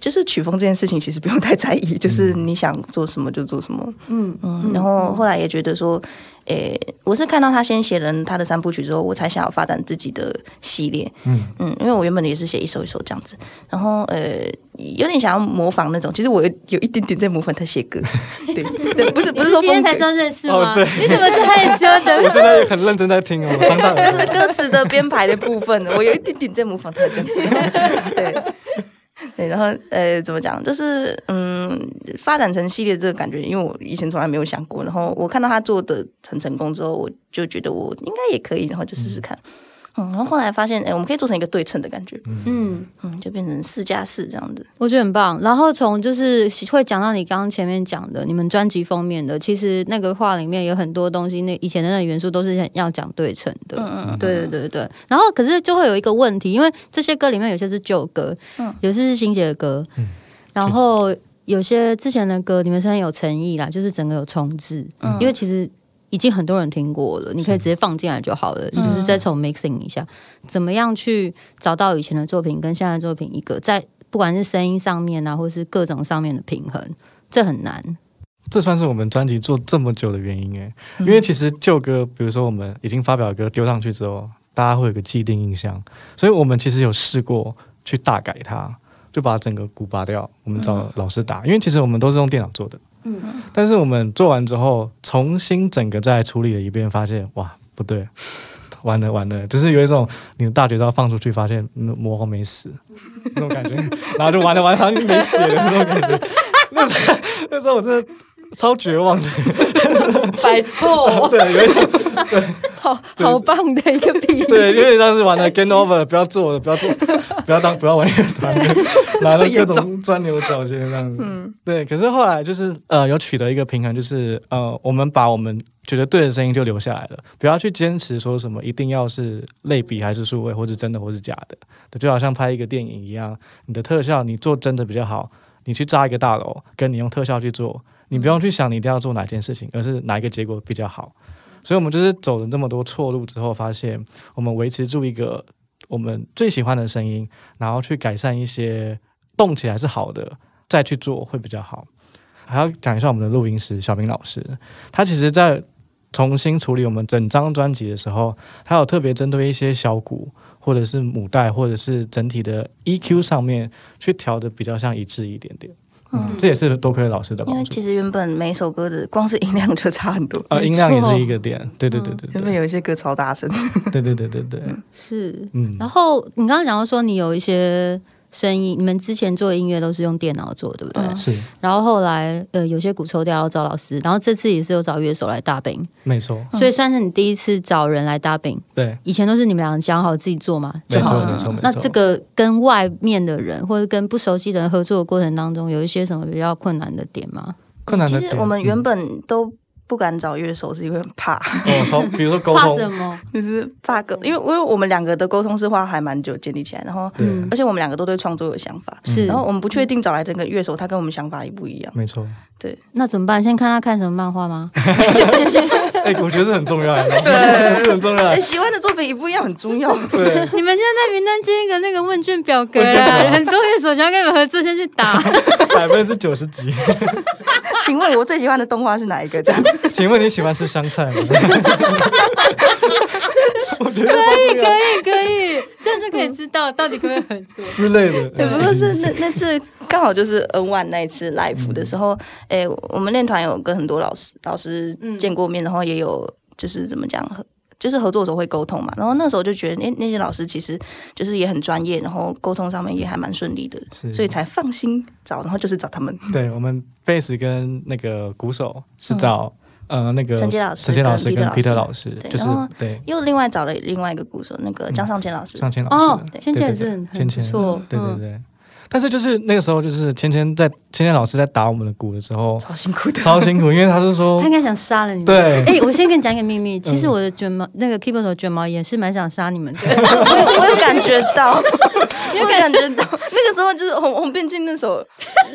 D: 就是曲风这件事情，其实不用太在意， 就是你想做什么就做什么。
A: 嗯
D: 嗯，然后后来也觉得说，诶、我是看到他先写了他的三部曲之后，我才想要发展自己的系列。
C: 嗯
D: 嗯，因为我原本也是写一首一首这样子，然后呃，有点想要模仿那种，其实我有有一点点在模仿他写歌， 对，对，不是不
A: 你
D: 是说
A: 今天
D: 风格
A: 才刚认识
C: 哦
A: 吗？
C: 对
A: 你怎么是害羞
C: 我
A: 的？
C: 现在也很认真在听哦，我张大
D: 就是
C: 耳朵。
D: 歌词的编排的部分，我有一点点在模仿他这样子。对，对，然后呃，怎么讲？就是嗯，发展成系列这个感觉，因为我以前从来没有想过。然后我看到他做的很成功之后，我就觉得我应该也可以，然后就试试看。嗯，然后后来发现，哎、我们可以做成一个对称的感觉，
A: 嗯，
D: 嗯，就变成四加四这样子。
A: 我觉得很棒。然后从就是会讲到你刚刚前面讲的，你们专辑封面的，其实那个画里面有很多东西，那以前的那个元素都是很要讲对称的。
D: 嗯嗯，
A: 对对对对，然后可是就会有一个问题，因为这些歌里面有些是旧歌，
D: 嗯
A: 有些是新写的歌，
C: 嗯
A: 然后有些之前的歌，你们虽然有诚意啦，就是整个有重置，
D: 嗯
A: 因为其实已经很多人听过了，你可以直接放进来就好了，只是再从 mixing 一下，怎么样去找到以前的作品跟现在的作品一个在不管是声音上面啊，或是各种上面的平衡，这很难。
C: 这算是我们专辑做这么久的原因诶，因为其实旧歌，比如说我们已经发表的歌丢上去之后，大家会有个既定印象，所以我们其实有试过去大改它，就把整个鼓拔掉，我们找老师打，因为其实我们都是用电脑做的，嗯，但是我们做完之后，重新整个再处理了一遍，发现哇不对，完了完了，就是有一种你的大绝招放出去，发现嗯魔王没死那种感觉，然后就完了完了，好像没血了那种感觉。 那时候那时候我真的超绝望的，
A: 摆错，
C: 对，有一点
B: 好好棒的一个比 喻，
C: 对，有点像是玩了 game over，不要做了，不要做，不要当，不要玩乐团了，拿了各种钻牛角尖这样子。对。可是后来就是呃，有取得一个平衡，就是呃，我们把我们觉得对的声音就留下来了，不要去坚持说什么一定要是类比还是数位，或是真的或是假的。对就好像拍一个电影一样，你的特效你做真的比较好，你去炸一个大楼，跟你用特效去做，你不用去想你一定要做哪件事情，而是哪一个结果比较好。所以我们就是走了那么多错路之后，发现我们维持住一个我们最喜欢的声音，然后去改善一些动起来是好的，再去做会比较好。还要讲一下我们的录音师小明老师，他其实在重新处理我们整张专辑的时候，他有特别针对一些小鼓或者是母带或者是整体的 EQ 上面去调的比较像一致一点点。嗯，这也是多亏老师的
D: 因
C: 帮
D: 为
C: 助
D: 其。实原本每一首歌的光是音量就差很多，
C: 呃，音量也是一个点，对对对对
D: 原本
C: 对，
D: 有一些歌超大声，
C: 对对对对对，
A: 是。
C: 嗯
A: 然后你刚刚讲到说你有一些声音，你们之前做音乐都是用电脑做，对不对？
C: 是
A: 然后后来呃有些鼓抽掉要找老师，然后这次也是有找乐手来搭饼，
C: 没错，
A: 所以算是你第一次找人来搭饼。
C: 对，
A: 以前都是你们俩讲好自己做嘛，
C: 没
A: 就好
C: 错
A: 了。
C: 没错没错。
A: 那这个跟外面的人或者跟不熟悉的人合作的过程当中，有一些什么比较困难的点吗？
C: 困难
D: 其
C: 的
D: 实
C: 点
D: 我们原
C: 嗯
D: 本都不敢找乐手，是因为很怕，
C: 哦， 从比如说沟
A: 怕什
C: 通，
A: 么？
D: 就是怕跟，因为因为我们两个的沟通是花还蛮久建立起来，然后
C: 对，
A: 嗯嗯
D: 而且我们两个都对创作有想法，
C: 嗯
A: 是
D: 然，后我们不确定找来的那个乐手他跟我们想法一不一样，
C: 没错。
A: 那怎么办？先看他看什么漫 画吗？
C: 哎，我觉得这很重要，老师这很
A: 嗯
C: 重要啊
D: 哎，。喜欢的作品一不一样很重要。
C: 对，
A: 你们现在在名单接一个那个问卷表格
C: 问卷
A: 啦，
C: 表
A: 很多乐手想要跟你们合作，先去 打。
C: 百分之九十 几。
D: 请问我最喜欢的动画是哪一个？这样子
C: 请问你喜欢吃香菜 吗？我觉得
A: 可以，可以，可以，这样就可以知道到底可不可以合作。
C: 之类的。
D: 对，不
C: 嗯
D: 过是那那次刚好就是 N One 那一次 live 的时候，哎，我们练团有跟很多老师老师见过面，然后也有就是怎么讲合。就是合作的时候会沟通嘛，然后那时候就觉得，那那些老师其实就是也很专业，然后沟通上面也还蛮顺利的，
C: 是
D: 所以才放心找，然后就是找他们。
C: 对我们贝斯跟那个鼓手是找
A: 嗯
C: 呃那个
D: 陈杰老师
C: 陈杰老师
D: 跟
C: 跟
D: Peter
C: Peter
D: 老
C: 老师，
D: 对
C: 就是
D: 然后
C: 对
D: 又另外找了另外一个鼓手，那个嗯江尚谦老师，
C: 上千老师
A: 哦
C: 的，，
A: 芊芊也
C: 对对
A: 是很
C: 对
A: 很
C: 芊
A: 不
C: 芊
A: 错，
C: 对对
A: 嗯
C: 对。但是就是那个时候，就是芊芊在芊芊老师在打我们的鼓的时 候，
D: 超辛苦的。
C: 超辛苦，因为他是说
A: 他应该想杀了你。
C: 对
A: 哎、我先跟你讲一个秘
C: 嗯
A: 密，其实我的卷毛、那个 keyboard 手卷毛也是蛮想杀你们的，
D: 我有我有感觉 到，我有
A: 有感
D: 感觉到， 那个时候就是红红变镜那首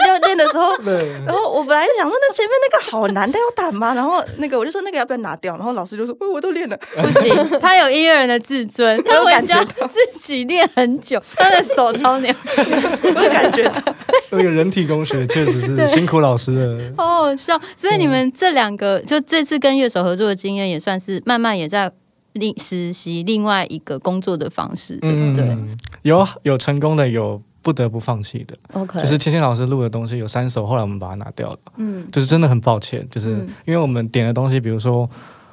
D: 要练的时候，
C: 对
D: 然后我本来就想说那前面那个好难的要打吗？然后那个我就说那个要不要拿掉？然后老师就说哦我都练了，
A: 不 行，他有音乐人的自尊，他
D: 有感
A: 回
D: 觉
A: 家自己练很久，他的手超牛，
D: 我有感觉到。
C: 那个人体工学确实是
A: 对
C: 辛苦老师的，
A: 好好笑。所以你们这两个，就这次跟乐手合作的经验，也算是慢慢也在另实习另外一个工作的方式，对不对、
C: 嗯，有有成功的，有不得不放弃的，
A: o k
C: 就是芊芊老师录的东西有三首，后来我们把它拿掉了，
A: 嗯
C: 就是真的很抱歉，就是
A: 嗯
C: 因为我们点的东西，比如说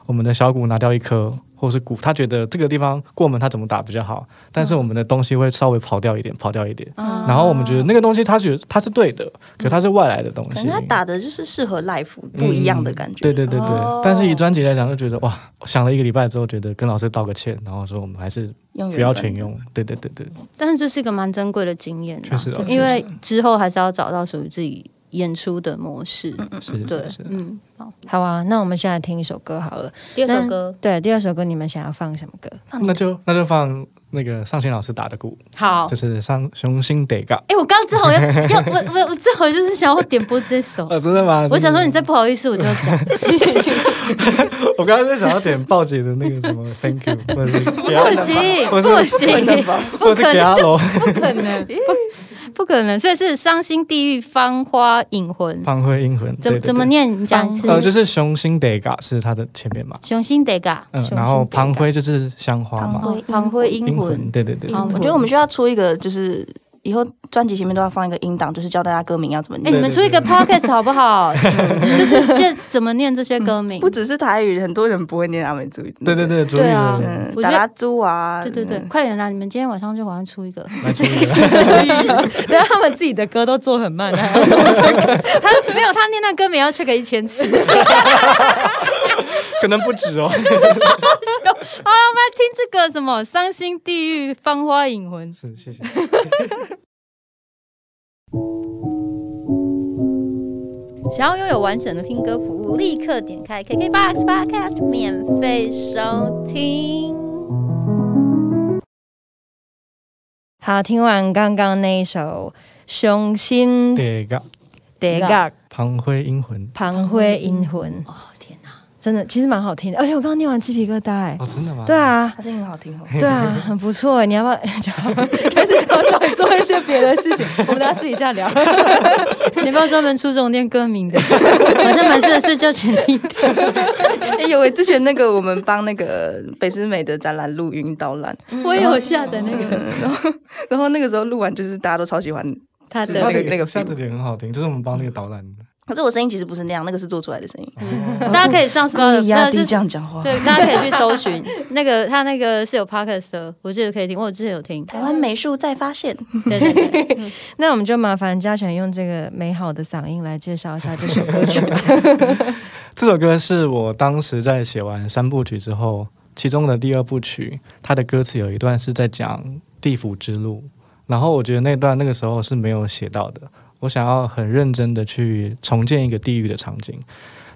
C: 我们的小鼓拿掉一颗。或是鼓，他觉得这个地方过门他怎么打比较好，但
A: 嗯
C: 是我们的东西会稍微跑掉一点，跑掉一点。
A: 啊
C: 然后我们觉得那个东西他觉得他是对的，可它是外来的东
D: 可
C: 西。
D: 能他打的就是适合 life 不一样的感觉。
C: 嗯对对对对，
A: 哦
C: 但是以专辑来讲，就觉得哇，想了一个礼拜之后，觉得跟老师道个歉，然后说我们还是
D: 用原
C: 不要
D: 本
C: 全用。对对对对，
A: 但是这是一个蛮珍贵的经验啊，
C: 确实啊
A: 因为
C: 确
A: 之后还是要找到属于自己演出的模式，
C: 是
A: 对
C: 是是，。
A: 嗯，好，
B: 好啊，那我们现在听一首歌好了。
A: 第二
B: 那
A: 首歌。
B: 对，第二首歌你们想要放什么歌？
C: 那就那就放那个尚贤老师打的鼓，
A: 好
C: 就，是上雄心得嘎。
A: 哎、我刚刚正好要 要我我我正好就是想要点播这 首，
C: 啊，真的吗？
A: 我想说你
C: 在，
A: 再不好意思我就要讲，
C: 我刚刚在想要点鲍姐的那个什么 ，Thank you，或者是不
A: 不 行
C: 我是
A: 不行，
C: 或
A: 不
C: 者
A: 可
C: 是给
A: 能
C: 阿，罗
A: 不可 能，不不可能，所以是伤心地狱芳花引魂，
C: 潘辉阴魂，对
A: 怎
C: 对对
A: 怎么念？你讲一次，
C: 呃，就是雄心得嘎是它的前面嘛，
A: 雄心得哦嘎，
C: 嗯
B: 雄，心
C: 然后
B: 得嘎
C: 旁辉就是香花
D: 旁
C: 嘛，
D: 辉
A: 黄辉阴
C: 阴
A: 魂
C: 魂，，对对对，
A: 好
D: 我觉得我们需要出一个，就是以后专辑前面都要放一个音档，就是教大家歌名要怎么
A: 哎、
D: 念。
A: 你们出一个 podcast 好 不好？就是这怎么念这些歌名？
D: 不只是台语，很多人不会念阿美族语。
C: 对对，对，主
A: 对啊
C: 语
D: 嗯，
A: 我觉
D: 达
A: 得
D: 拉猪啊，
A: 对对对，
D: 嗯
A: 快点啦！你们今天晚上就晚上出一个，
C: 来出一个，
B: 但他们自己的歌都做很慢，啊还要
A: 他没有他念那歌名要 check 个一千次。 好了，
C: 可能不止哦。
A: 我们来听这个什么《伤心地狱芳花引魂》。
C: 是，谢谢。
A: 想要拥有完整的听歌服务，立刻点开 KKBOX Podcast 免费收听。
B: 好，听完刚刚那一首《雄心
C: 得嘎，
B: 得嘎
C: 旁辉阴魂，
B: 旁辉阴魂》，
A: 哦天哪！
B: 真的其实蛮好听的，而且我刚刚念完鸡皮疙瘩、哎
C: 哦，真的吗？
B: 对，啊。
D: 它声音很好听哦。
B: 对啊，很不错哎！你要不要 开始想要找你做一些别的 事情？我们等一下私底下聊。
A: 你不要专门出这种念歌名 的，好像蛮适合睡觉前听的。
D: 哎有诶，之前那个我们帮那个北师美的展览录音导览，
A: 我也有下载那个
D: 嗯然后然后那个时候录完就是大家都超喜欢，
A: 他
C: 他
D: 那
A: 的，
D: 个那
C: 那
D: 个
C: 个下子也很好听，就是我们帮那个导览，
D: 可是我声音其实不是那样，那个是做出来的声音。
A: 大家可以上 s p o
C: 哎
D: 故意
A: t
D: 压
A: i
D: 低这样讲话。
A: 对，大家可以去搜寻 那个他那个是有 podcast 的，我记得可以听，我之前有听。
D: 台湾美术再发现，
A: 对对对，
B: 那我们就麻烦嘉全用这个美好的嗓音来介绍一下这首 歌曲。
C: 这首歌是我当时在写完三部曲之后，其中的第二部曲，它的歌词有一段是在讲地府之路，然后我觉得那段那个时候是没有写到的。我想要很认真的去重建一个地狱的场景，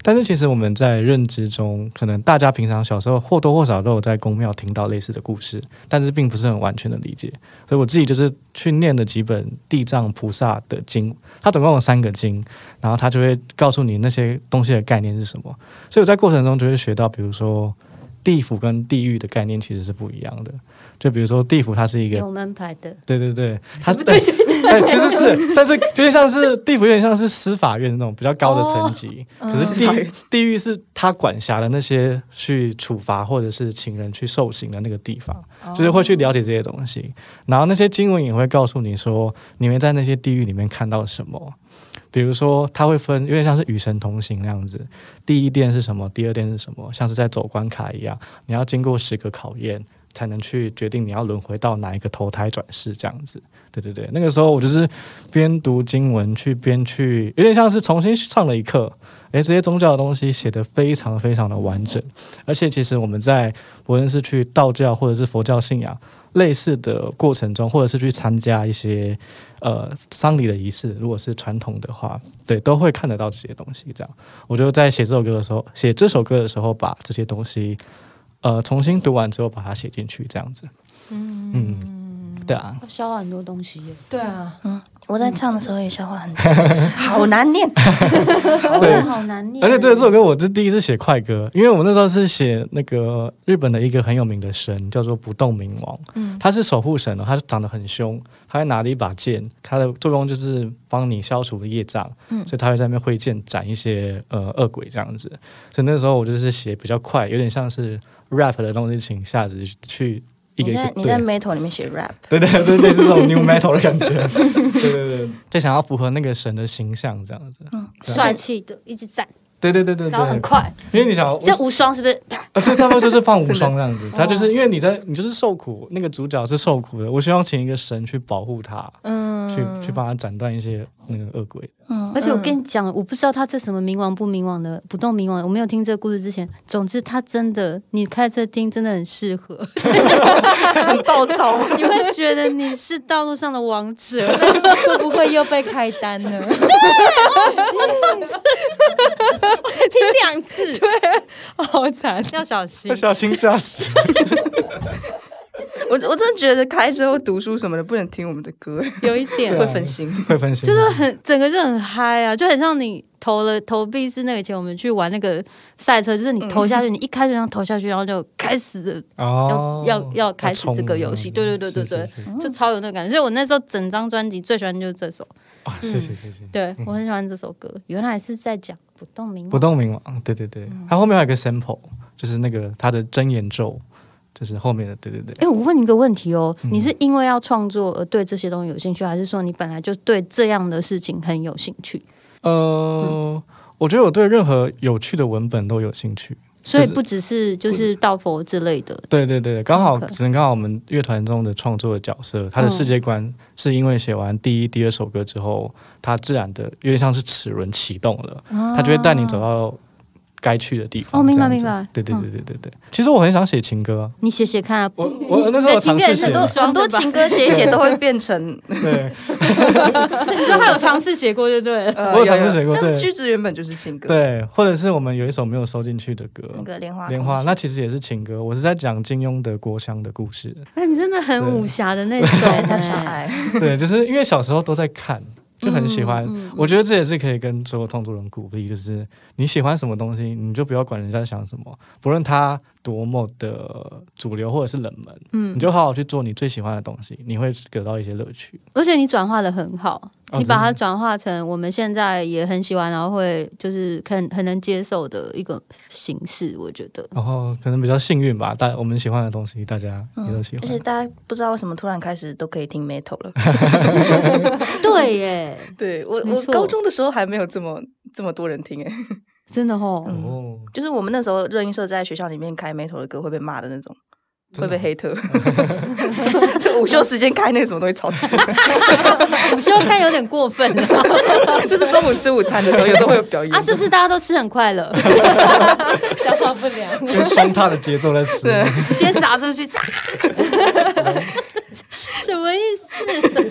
C: 但是其实我们在认知中，可能大家平常小时候或多或少都有在宫庙听到类似的故事，但是并不是很完全的理解。所以我自己就是去念了几本地藏菩萨的经，它总共有三个经，然后他就会告诉你那些东西的概念是什么。所以我在过程中就会学到，比如说地府跟地狱的概念其实是不一样的。就比如说地府它是一个，
A: 有门牌的，
C: 对对对，它是对对，其实是，但是有点像是地府，有点像是司法院那种比较高的层级。可是地狱地狱是他管辖的那些去处罚或者是请人去受刑的那个地方，就是会去了解这些东西。然后那些经文也会告诉你说，你会在那些地狱里面看到什么。比如说，它会分有点像是与神同行那样子，第一殿是什么，第二殿是什么，像是在走关卡一样，你要经过十个考验才能去决定你要轮回到哪一个投胎转世这样子。对对对，那个时候我就是边读经文去边去，有点像是重新上了一课。诶，这些宗教的东西写得非常非常的完整，而且其实我们在无论是去道教或者是佛教信仰类似的过程中，或者是去参加一些呃丧礼的仪式，如果是传统的话，对，都会看得到这些东西。这样，我就在写这首歌的时候，写这首歌的时候，把这些东西呃重新读完之后，把它写进去，这样子。嗯对啊，
A: 消化很多东西耶。
B: 对啊，
D: 我在唱的时候也消化很多， 好难念。
A: 真的好难念。
C: 而且这首歌我是第一次写快歌，因为我那时候是写那个日本的一个很有名的神，叫做不动明王，
D: 嗯
C: 他是守护神哦，他长得很凶，他会拿着一把剑，他的作用就是帮你消除业障，
D: 嗯
C: 所以他会在那边挥剑斩一些呃恶鬼这样子，所以那时候我就是写比较快，有点像是 rap 的东西，请下子去一个
D: 你
C: 一个
D: 在
C: 对。
D: 你在 metal 里面写 rap，
C: 对对对，类似这种 new metal 的感觉，对对对，就想要符合那个神的形象这样子，
A: 帅气的，一直赞，
C: 对对对对
A: 然后很
C: 对，
A: 快。
C: 因为你想要
A: 这无双是不是？啪
C: 啊，对，他们就是放无双这样子，他就是因为你在，你就是受苦，那个主角是受苦的，我希望请一个神去保护他，
B: 嗯
C: 去去帮他斩断一些那个恶鬼。
D: 嗯，
A: 而且我跟你讲，我不知道他这什么冥王不冥王的，不动冥王，我没有听这个故事之前。总之，他真的，你开车听真的很适合，
D: 很暴躁。
A: 你会觉得你是道路上的王 者。
B: 会不会又被开单 呢？
A: 听两次，
B: 好惨！
A: 要小心
C: 要。小心驾驶，
D: 我我真的觉得开车或读书什么的不能听我们的歌，
A: 有一点
C: 对
D: 会
C: 啊
D: 分心。
C: 会分心，
A: 就是很 整个就很嗨啊，就很像你投了投币是那个以前我们去玩那个赛车，就是你投下去，你一开始想投下去，然后就开始
C: 哦，
A: 要要要开始
C: 冲
A: 这个
C: 了
A: 游戏对对对对
C: 是是
A: 对
C: 是
A: 就超有那个感觉。所以我那时候整张专辑最喜欢就是这首，
C: 啊，谢谢谢谢。
A: 对我很喜欢这首歌。嗯原来是在讲不动明
C: 不
A: 王，
C: 动明王，对对对，它后面还有一个 sample，就是那个它的真言咒，就是后面的，对对对。
A: 哎、我问你一个问题哦，你是因为要创作而对这些东西有兴趣，还是说你本来就对这样的事情很有兴趣，嗯
C: 呃，我觉得我对任何有趣的文本都有兴趣。
A: 所以
C: 就是
A: 不只是就是道佛之类的？
C: 对对对，刚好
A: OK
C: 只能刚好我们乐团中的创作的角色，他的世界
A: 嗯
C: 观是因为写完第一、第二首歌之后，他自然的有点像是齿轮启动了，他就会带你走到该去的地方。
A: 啊哦明白
C: 这样子
A: 明白
C: 对对对对对对。其实我很想写情歌啊，
A: 你写写看啊，
C: 我 我那时候有
A: 情
C: 尝
A: 歌也
C: 试
A: 是
C: 写
D: 很，多
A: 爽
D: 很多
A: 对吧
D: 情歌写一写都会变成，？
C: 对，
A: 你知道他有尝试写过，对不对
D: 呃
C: 我有
D: 有
C: 尝试写过
D: 有像
C: 对
D: 句子原本就是情歌，，
C: 对，或者是我们有一首没有收进去的歌，
D: 那个莲花
C: 莲花》，那其实也是情歌，我是在讲金庸的郭襄的故事。
A: 哎，你真的很武侠的那种、
D: 对
A: 欸，
D: 他超爱，
C: 对，就是因为小时候都在看，就很喜
D: 嗯
C: 欢。我觉得这也是可以跟所有创作人鼓励，就是你喜欢什么东西，你就不要管人家想什么，不论它多么的主流或者是冷门，嗯，你就好好去做你最喜欢的东西，你会得到一些乐趣。
A: 而且你转化的很好，
C: 哦
A: 你把它
C: 真的
A: 转化成我们现在也很喜欢，然后会就是很很能接受的一个形式，我觉得。
C: 然后可能比较幸运吧，大我们喜欢的东西，大家也都喜
D: 嗯而
C: 欢。
D: 且大家不知道为什么突然开始都可以听 metal 了。
A: 对耶，
D: 对我，
A: 没
D: 我
A: 错
D: 高中的时候还没有这么这么多人听 哎，
A: 真的哦。
C: 哦，
D: 就是我们那时候热音社在学校里面开 metal 的歌会被骂的那种。
C: 真
D: 会
C: 的
D: 被黑特， 就午休时间开那个什么东西吵死 了，
A: 午休看有点过分 了
D: 就是中午吃午餐的时候，有时候会有表 演
A: 啊，是不是大家都吃很快 乐？
B: 消化不良。
C: 跟双踏的节奏在使用。
A: 先撒出去， 嚓什么意思？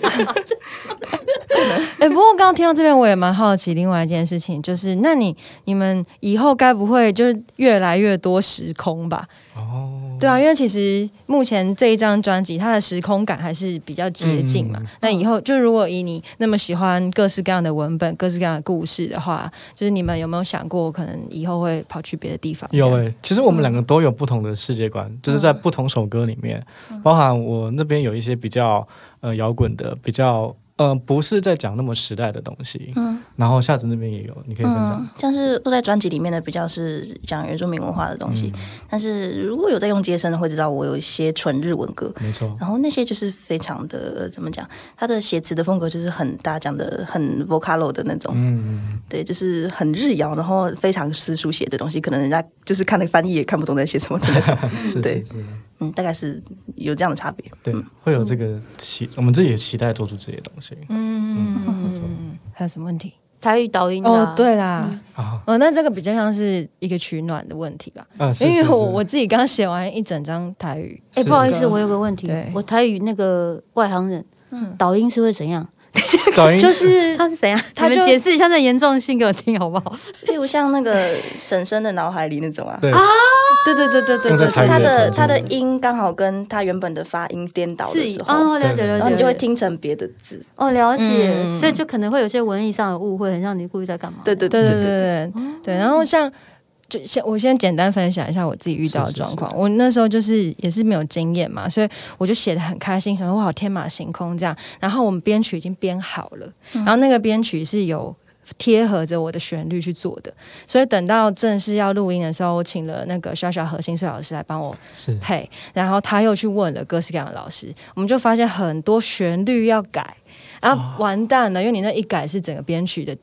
B: 哎、不过刚刚听到这边，我也蛮好奇另外一件事情，就是那你你们以后该不会就是越来越多时空吧？
C: 哦，
B: 对啊，因为其实目前这一张专辑，它的时空感还是比较接近嘛。
C: 嗯
B: 那以后就如果以你那么喜欢各式各样的文本、各式各样的故事的话，就是你们有没有想过，可能以后会跑去别的地方？
C: 有欸诶、其实我们两
B: 嗯
C: 个都有不同的世界观，就是在不同首歌里面，
B: 嗯
C: 包含我那边有一些比较呃摇滚的，比较呃不是在讲那么时代的东西，嗯，然后夏子那边也有，你可以分享。
D: 嗯，像是都在专辑里面的比较是讲原住民文化的东西，但是如果有在用接生的，会知道我有一些纯日文歌，
C: 没错，
D: 然后那些就是非常的呃怎么讲，他的写词的风格就是很大家讲的很 vocalo 的那种，
C: 嗯，
D: 对，就是很日谣，然后非常私书写的东西，可能人家就是看了翻译也看不懂在写什么的那种，
C: 是是
D: 对
C: 是，
D: 嗯，大概是有这样的差别。
C: 对，会有这个期，我们自己也期待做出这些东西
B: 嗯，还有什么问题？
A: 台语导音的啊
B: 哦，，对啦，
C: 啊，
B: 哦，那这个比较像是一个取暖的问题吧，
C: 嗯，是
B: 因为
C: 是
B: 我
C: 是
B: 我自己刚写完一整张台语，
A: 哎，
C: 是
A: 不好意思，我有个问题
B: 对，
A: 我台语那个外行人，导音是会怎样？
C: 抖音
B: 就是
A: 他是怎样？
B: 他
A: 你
B: 就
A: 们解释一下那严重性给我听好不好？
D: 譬如像那个婶婶的脑海里那种啊，
C: 对
B: 对对对对对
C: 用在
B: 对对，
C: 台语
D: 他
C: 的时
D: 的
C: 候
D: 他的音刚好跟他原本的发音颠倒的时候，
A: 哦，了解
C: 对
A: 了
D: 然后
A: 解，
D: 你就会听成别的字。
A: 哦，了解，
B: 嗯
A: 所以就可能会有些文艺上的误会，很像你故意在干嘛？
D: 对对
B: 对
D: 对
B: 对对对对。然后像就先我先简单分享一下我自己遇到的
C: 是是
B: 状况。我那时候就是也是没有经验嘛，所以我就写的很开心，想说哇天马行空这样。然后我们编曲已经编好了，然后那个编曲是有。贴合着我的旋律去做的，所以等到正式要录音的时候，我请了那个小小何心碎老师来帮我
C: 是
B: 配，然后他又去问了各式各样的老师，我们就发现很多旋律要改。然
C: 哦
B: 后完蛋了，因为你那一改是整个编曲的，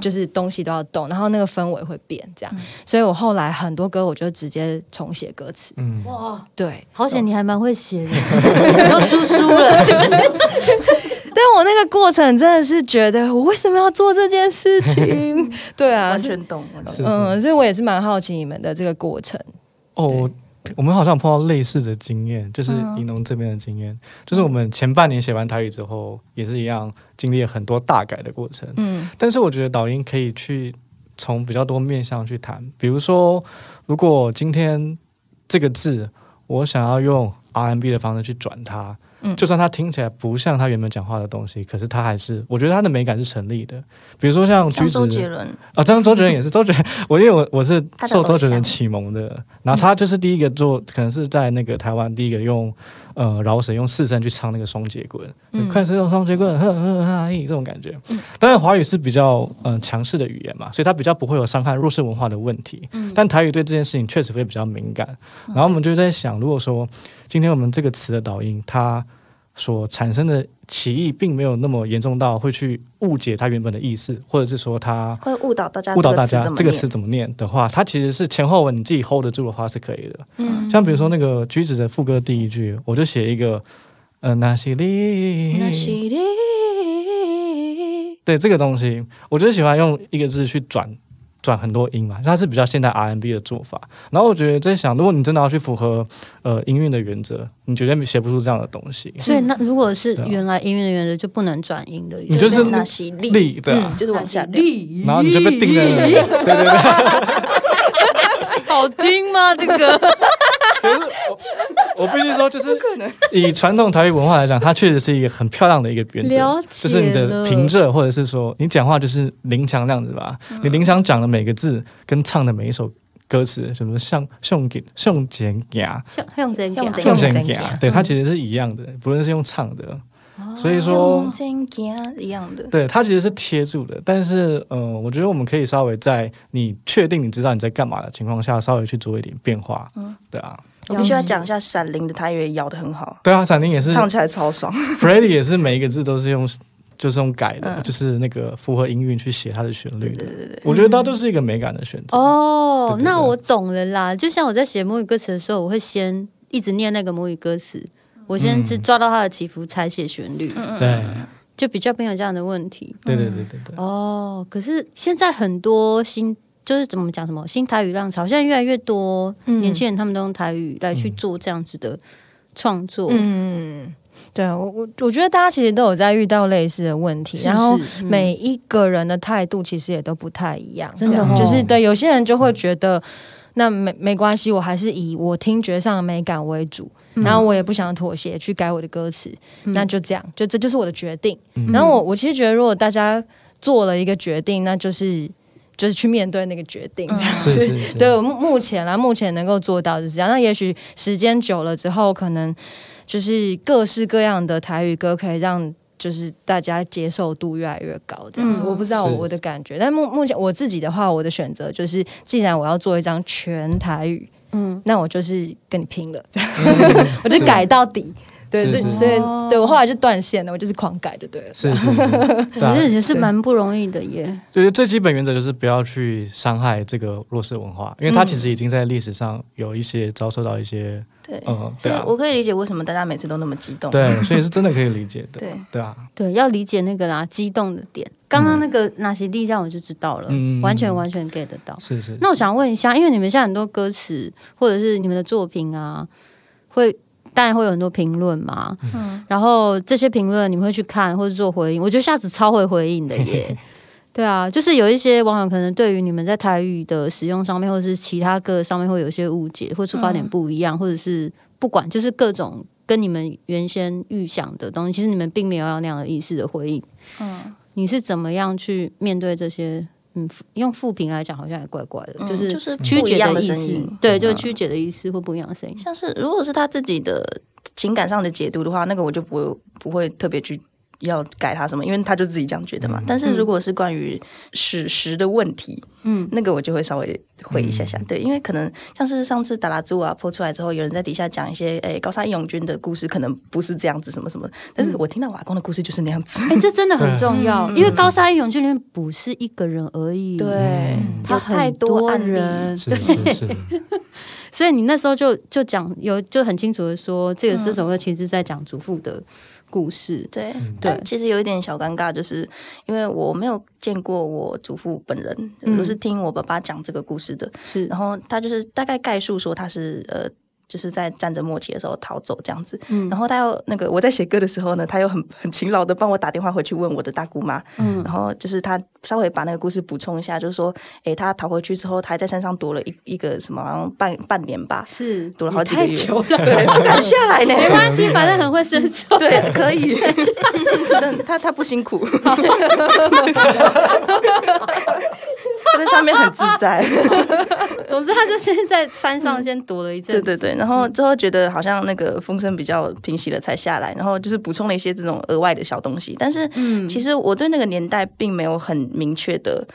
B: 就是东西都要动，然后那个氛围会变，这样。所以我后来很多歌我就直接重写歌词，
C: 嗯，
A: 哇，
B: 对。
A: 好险你还蛮会写的，你都出书了，
B: 但我那个过程真的是觉得，我为什么要做这件事 情？对啊，
D: 完
B: 是
D: 全懂，完全懂
C: 是是
B: 嗯，所以我也是蛮好奇你们的这个过程。
C: 哦，我我们好像有碰到类似的经验，就是
D: 嗯
C: 银龙这边的经验，就是我们前半年写完台语之后，也是一样经历了很多大改的过程。
B: 嗯
C: 但是我觉得导音可以去从比较多面向去谈，比如说，如果今天这个字我想要用 RMB 的方式去转它。
D: 嗯
C: 就算它听起来不像他原本讲话的东西，可是它还是，我觉得它的美感是成立的。比如说像
D: 像
C: 橘
D: 周杰
C: 子，
D: 伦，
C: 啊，这样周杰伦也是周杰伦，我因为我我是
D: 他的
C: 受
D: 偶
C: 周杰伦
D: 像
C: 启蒙的，然后他就是第一个做，可能是在那个台湾第一个用呃饶舌用四声去唱那个双节棍，
B: 嗯
C: 快使用双节棍，哼哼哈嘿这种感觉。当然华语是比较嗯、呃强势的语言嘛，所以它比较不会有伤害弱势文化的问题。但台语对这件事情确实会比较敏感。然后我们就在想，如果说今天我们这个词的导音，它所产生的歧义并没有那么严重到会去误解它原本的意思，或者是说它
D: 会误导大家
C: 误导
D: 这
C: 大
D: 个词
C: 家
D: 怎么
C: 这个
D: 念
C: 词怎么念的话，它其实是前后文你自己 hold 得住的话是可以的。
B: 嗯
C: 像比如说那个橘子的副歌第一句，我就写一个呃那西里，
D: 那是你
C: 对这个东西，我就是喜欢用一个字去转转很多音嘛，它是比较现代 RMB 的做法。然后我觉得在想，如果你真的要去符合呃音韵的原则，你绝对写不出这样的东西。
A: 所以那如果是
C: 对啊
A: 原来音乐的原则就不能转音的意思，
C: 你就是
D: 那是力，
C: 力对啊，
E: 就是往下掉。
C: 然后你就被定在那里。对对对，
A: 好听吗？这个
C: 我必须说，就是以传统台语文化来讲，它确实是一个很漂亮的一个原则
A: 了解了，
C: 就是你的平仄，或者是说你讲话就是林强那样子吧。
A: 嗯
C: 你林强讲的每个字跟唱的每一首歌词，什么像胸给胸前牙、
A: 像像这样
D: 用这
C: 胸
D: 样
C: 前
B: 胸前
C: 牙
B: 夹，
C: 对，它其实是一样的，不论是用唱的，
A: 哦
C: 所以说
D: 用。真行一样的。
C: 对，它其实是贴住的，但是，呃，我觉得我们可以稍微在你确定你知道你在干嘛的情况下，稍微去做一点变化，
A: 嗯
C: 对啊，
D: 我必须要讲一下《闪灵》的台语咬得很好，
C: 对啊，闪灵也是
D: 唱起来超爽。
C: Freddy 也是每一个字都是用，就是用改的，
D: 嗯
C: 就是那个符合音韵去写它的旋律的。我觉得它都是一个美感的选择。
A: 哦
C: 对，对
A: 那
C: 对
A: 我懂了啦。就像我在写母语歌词的时候，我会先一直念那个母语歌词，我先
C: 嗯
A: 只抓到它的起伏才写旋律，
C: 对，
A: 就比较没有这样的问题。
C: 对对对对对。
A: 哦，可是现在很多新就是怎么讲什么新台语浪潮，现在越来越多、
B: 嗯
A: 年轻人他们都用台语来去做这样子的创作，
B: 嗯，对啊，我我我觉得大家其实都有在遇到类似的问题，
A: 是
B: 然后
A: 是嗯
B: 每一个人的态度其实也都不太一样，
A: 真的
B: 这样
A: 哦
B: 就是对有些人就会觉得。那没没关系，我还是以我听觉上的美感为主，
A: 嗯
B: 然后我也不想妥协去改我的歌词，
A: 嗯
B: 那就这样，就这就是我的决定。
C: 嗯
B: 然后我我其实觉得，如果大家做了一个决定，那就是就是去面对那个决
A: 嗯
B: 定，这样
C: 是是是，
B: 对，目目前啦，目前能够做到是这样。那也许时间久了之后，可能就是各式各样的台语歌可以让。就是大家接受度越来越高，这样子，
A: 嗯
B: 我不知道我
C: 是
B: 我的感觉，但目目前我自己的话，我的选择就是，既然我要做一张全台语，
A: 嗯，
B: 那我就是跟你拼 了，这样
C: 嗯
B: 我就是改到底。对，
C: 是
B: 所以
C: 是
B: 所以
A: 哦
B: 对我后来就断线了，我就是狂改就对了。
C: 是是 是，对
A: 可
C: 啊
A: 是也是蛮不容易的耶。
C: 就是最基本原则就是不要去伤害这个弱势文化，因为它其实已经在历史上有一些遭受到一些，
D: 对，
C: 嗯，
D: 所
C: 对
D: 以
C: 啊，
D: 我可以理解为什么大家每次都那么激动。
C: 对，所以是真的可以理解的，
D: 对
C: 对啊，
A: 对，要理解那个啦，激动的点。刚刚那个哪些地让我就知道了，
C: 嗯
A: 完全完全 get 得到。
C: 是是。
A: 那我想问一下，因为你们现在很多歌词或者是你们的作品啊，会当然会有很多评论嘛，嗯，然后这些评论你们会去看或者做回应，我觉得夏子超会回应 的耶。对啊，就是有一些网友可能对于你们在台语的使用上面，或者是其他歌上面会有一些误解，或出发
D: 嗯
A: 点不一样，或者是不管，就是各种跟你们原先预想的东西，其实你们并没有要那样的意识的回应。
D: 嗯，
A: 你是怎么样去面对这些？嗯，用负评来讲好像也怪怪的，
D: 嗯
A: 就是
D: 就是
A: 曲
D: 不一
A: 解
D: 样的
A: 意
D: 声
A: 思
D: 音，
A: 对，就是
D: 嗯
A: 曲解的意思或不一样的声音。
D: 像是如果是他自己的情感上的解读的话，那个我就不会不会特别去要改他什么，因为他就自己这样觉得嘛。但是如果是关于史实的问题，
A: 嗯，
D: 那个我就会稍微回一下下，对，因为可能像是上次达拉猪啊播出来之后，有人在底下讲一些诶、高沙义勇军的故事，可能不是这样子什么什么，但
A: 嗯
D: 是我听到我阿公的故事就是那样子，
A: 哎、这真的很
C: 对
A: 重要，因为高沙义勇军里面不是一个人而已，
D: 嗯对，
C: 嗯
A: 他
D: 有太
A: 很多
D: 案例，
A: 人，
C: 是是 是，
A: 所以你那时候就就讲有就很清楚的说，
D: 嗯
A: 这个这首歌其实是在讲祖父的故事，
D: 对。
A: 对
D: 但其实有一点小尴尬，就是因为我没有见过我祖父本人，
A: 嗯
D: 我是听我爸爸讲这个故事的。
A: 是
D: 然后他就是大概概述说他是呃就是在战争末期的时候逃走这样子。
A: 嗯
D: 然后他又那个我在写歌的时候呢，他又很 很勤劳的帮我打电话回去问我的大姑妈，
A: 嗯
D: 然后就是他稍微把那个故事补充一下，就是说，诶，他逃回去之后，他还在山上躲了一一个什么，好像半半年吧，
A: 是
D: 躲了好几个月，
A: 你太 久
D: 对，不敢下来呢。
A: 没 关系，反正很会深造。
D: 对，可以，但他他不辛苦， 他在上面很自在。
A: 总之，他就先在山上先躲了一阵
D: 对
A: 子。
D: 对对，然后之后觉得好像那个风声比较平息了才下来，然后就是补充了一些这种额外的小东西。但是，嗯，其实我对那个年代并没有很明确的，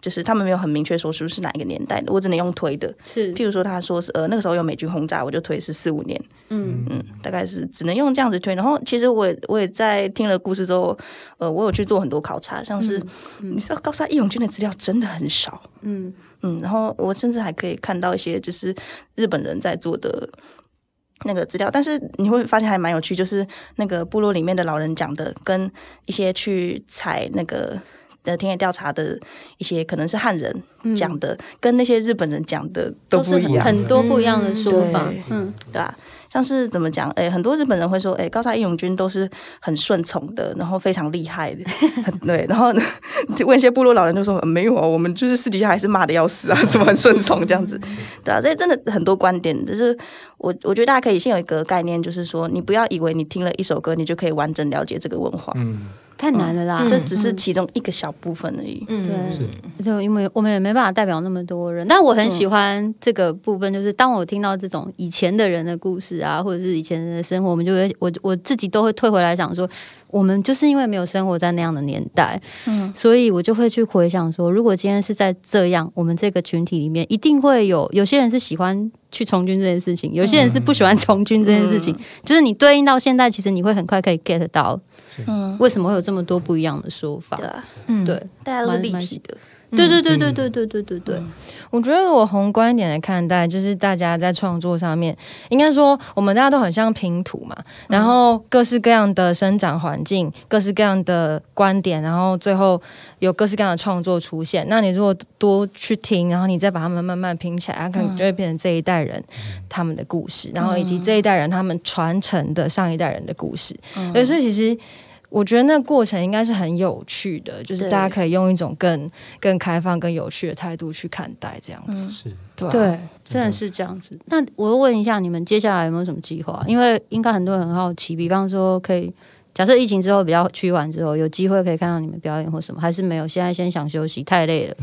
D: 就是他们没有很明确说出是哪一个年代的，我只能用推的。
A: 是
D: 譬如说，他说是呃那个时候有美军轰炸，我就推是四五年，
A: 嗯
D: 嗯，大概是只能用这样子推。然后其实我也我也在听了故事之后，呃，我有去做很多考察，像是、你知道高沙义勇军的资料真的很少，
A: 嗯，
D: 嗯，然后我甚至还可以看到一些就是日本人在做的那个资料，但是你会发现还蛮有趣，就是那个部落里面的老人讲的，跟一些去采那个呃田野调查的一些可能是汉人讲的，跟那些日本人讲的都
A: 是
D: 不一样，
A: 很多不一样的说法
D: 嗯。
A: 嗯，
D: 对吧、像是怎么讲？诶，很多日本人会说，诶，高沙义勇军都是很顺从的，然后非常厉害 的，很对。然后呢 问一些部落老人就说、呃没有啊，我们就是私底下还是骂的要死啊， 怎么很顺从这样子，对啊，所以真的很多观点，就是我我觉得大家可以先有一个概念，就是说你不要以为你听了一首歌，你就可以完整了解这个文化，
C: 嗯，
A: 太难了啦。
D: 这只是其中一个小部分而已。
A: 对
C: 是
A: 就因为我们也没办法代表那么多人，但我
D: 嗯
A: 很喜欢这个部分，就是当我听到这种以前的人的故事啊，或者是以前人的生活，我们就会我我自己都会退回来想说，我们就是因为没有生活在那样的年代，
D: 嗯
A: 所以我就会去回想说，如果今天是在这样，我们这个群体里面，一定会有有些人是喜欢去从军这件事情，有些人是不喜
D: 嗯
A: 欢从军这件事情，就是你对应到现在，其实你会很快可以 get 到
D: 嗯，
A: 为什么会有这么多不一样的说法
D: 对。啊，
B: 嗯
A: 对，
D: 大家都是
A: 蛮
D: 立
A: 蛮
D: 体的，
A: 对对对对对对对对对，
B: 我觉得如果宏观一点来看待，就是大家在创作上面，应该说我们大家都很像拼图嘛，然后各式各样的生长环境，各式各样的观点，然后最后有各式各样的创作出现。那你如果多去听，然后你再把它们慢慢拼起来，它可能就会变成这一代人他们的故事，然后以及这一代人他们传承的上一代人的故事。对，所以其实。我觉得那过程应该是很有趣的，就是
D: 对
B: 大家可以用一种更更开放、更有趣的态度去看待这样子。
C: 是，
B: 对啊
A: 对，真的是这样子。那我问一下，你们接下来有没有什么计划？因为应该很多人很好奇，比方说可以。假设疫情之后比较趋缓之后，有机会可以看到你们表演或什么，还是没有？现在先想休息，太累了。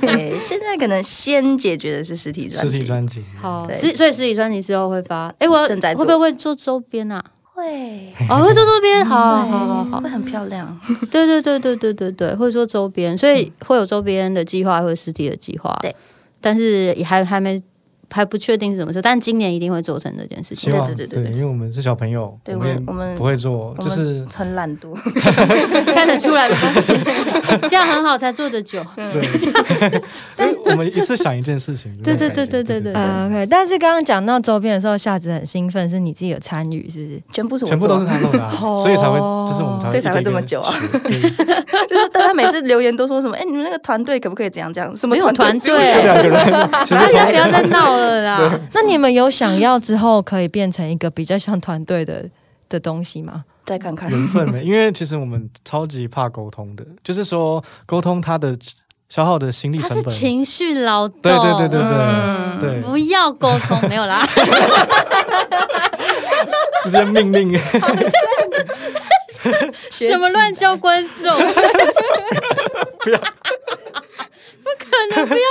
D: 对，现在可能先解决的是实体专
C: 实
D: 辑，
C: 体专辑，
A: 好，
D: 对
A: 实所以实体专辑之后会发。哎、我要
D: 正在
A: 会
D: 做
A: 不会会做周边啊？
D: 会嗯
A: 哦，会做周边，好好好好，
D: 会很漂亮。
A: 对对对对对对对，会做周边，所
C: 嗯
A: 以会有周边的计划，会有实体的计划。
D: 对，
A: 但是也还还没还不确定是什么时候，但今年一定会做成这件事情
C: 希。望
D: 对对对对对
C: 因为我们是小朋友，
D: 对
C: 们也
D: 我们
C: 不会做，
D: 我
C: 就
D: 们
C: 是
D: 很懒惰，
A: 看得出来没关 系，这样很好才做得久。
C: 嗯对，因为我们一次想一件事 情，
A: 对
C: 这种
A: 对对
C: 感觉
A: 对对对
D: 嗯
B: 啊 OK，但是刚刚讲到周边的时候，夏子很兴奋，是你自己有参与，是不是？
D: 全部是我
C: 全部
D: 做
C: 都是 他弄的啊，所以才会，就是我们才会，
D: 哦所以才会这么久啊
C: 对。
D: 就是大家每次留言都说什么，哎、你们那个团队可不可以怎样怎样？什么
A: 没有
D: 团
A: 团
D: 队？
C: 就
A: 队，
C: 两个人，啊其
A: 大
C: 实
A: 家不要再闹了啦。
B: 那你们有想要之后可以变成一个比较像团队的 的东西吗？
D: 再看看，
C: 缘分没，因为其实我们超级怕沟通的，就是说沟通它的消耗的心力
A: 他
C: 成
A: 是
C: 本，
A: 情绪劳动，
C: 对对对对
D: 嗯
C: 对
A: 不
C: 对，
A: 要沟通，没 有啦，
C: 直接命令，
B: 学
A: 什么
B: 起
A: 乱教观众，不要，不可能不要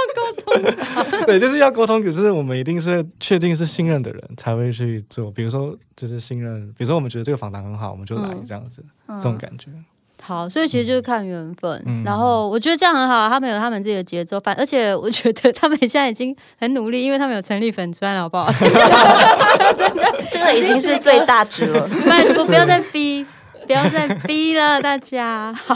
A: 沟通。
C: 对，就是要沟通。可是我们一定是确定是信任的人才会去做，比如说就是信任，比如说我们觉得这个访谈很好，我们就来
A: 嗯
C: 这样子，这种感觉。
A: 好，所以其实就是看缘分。
C: 嗯
A: 然后我觉得这样很好，啊他们有他们自己的节奏，反而且我觉得他们现在已经很努力，因为他们有成立粉砖了，好不好？
D: 这个已经是最大值了。
A: 拜托，不要再逼，不要再逼了，大家。好，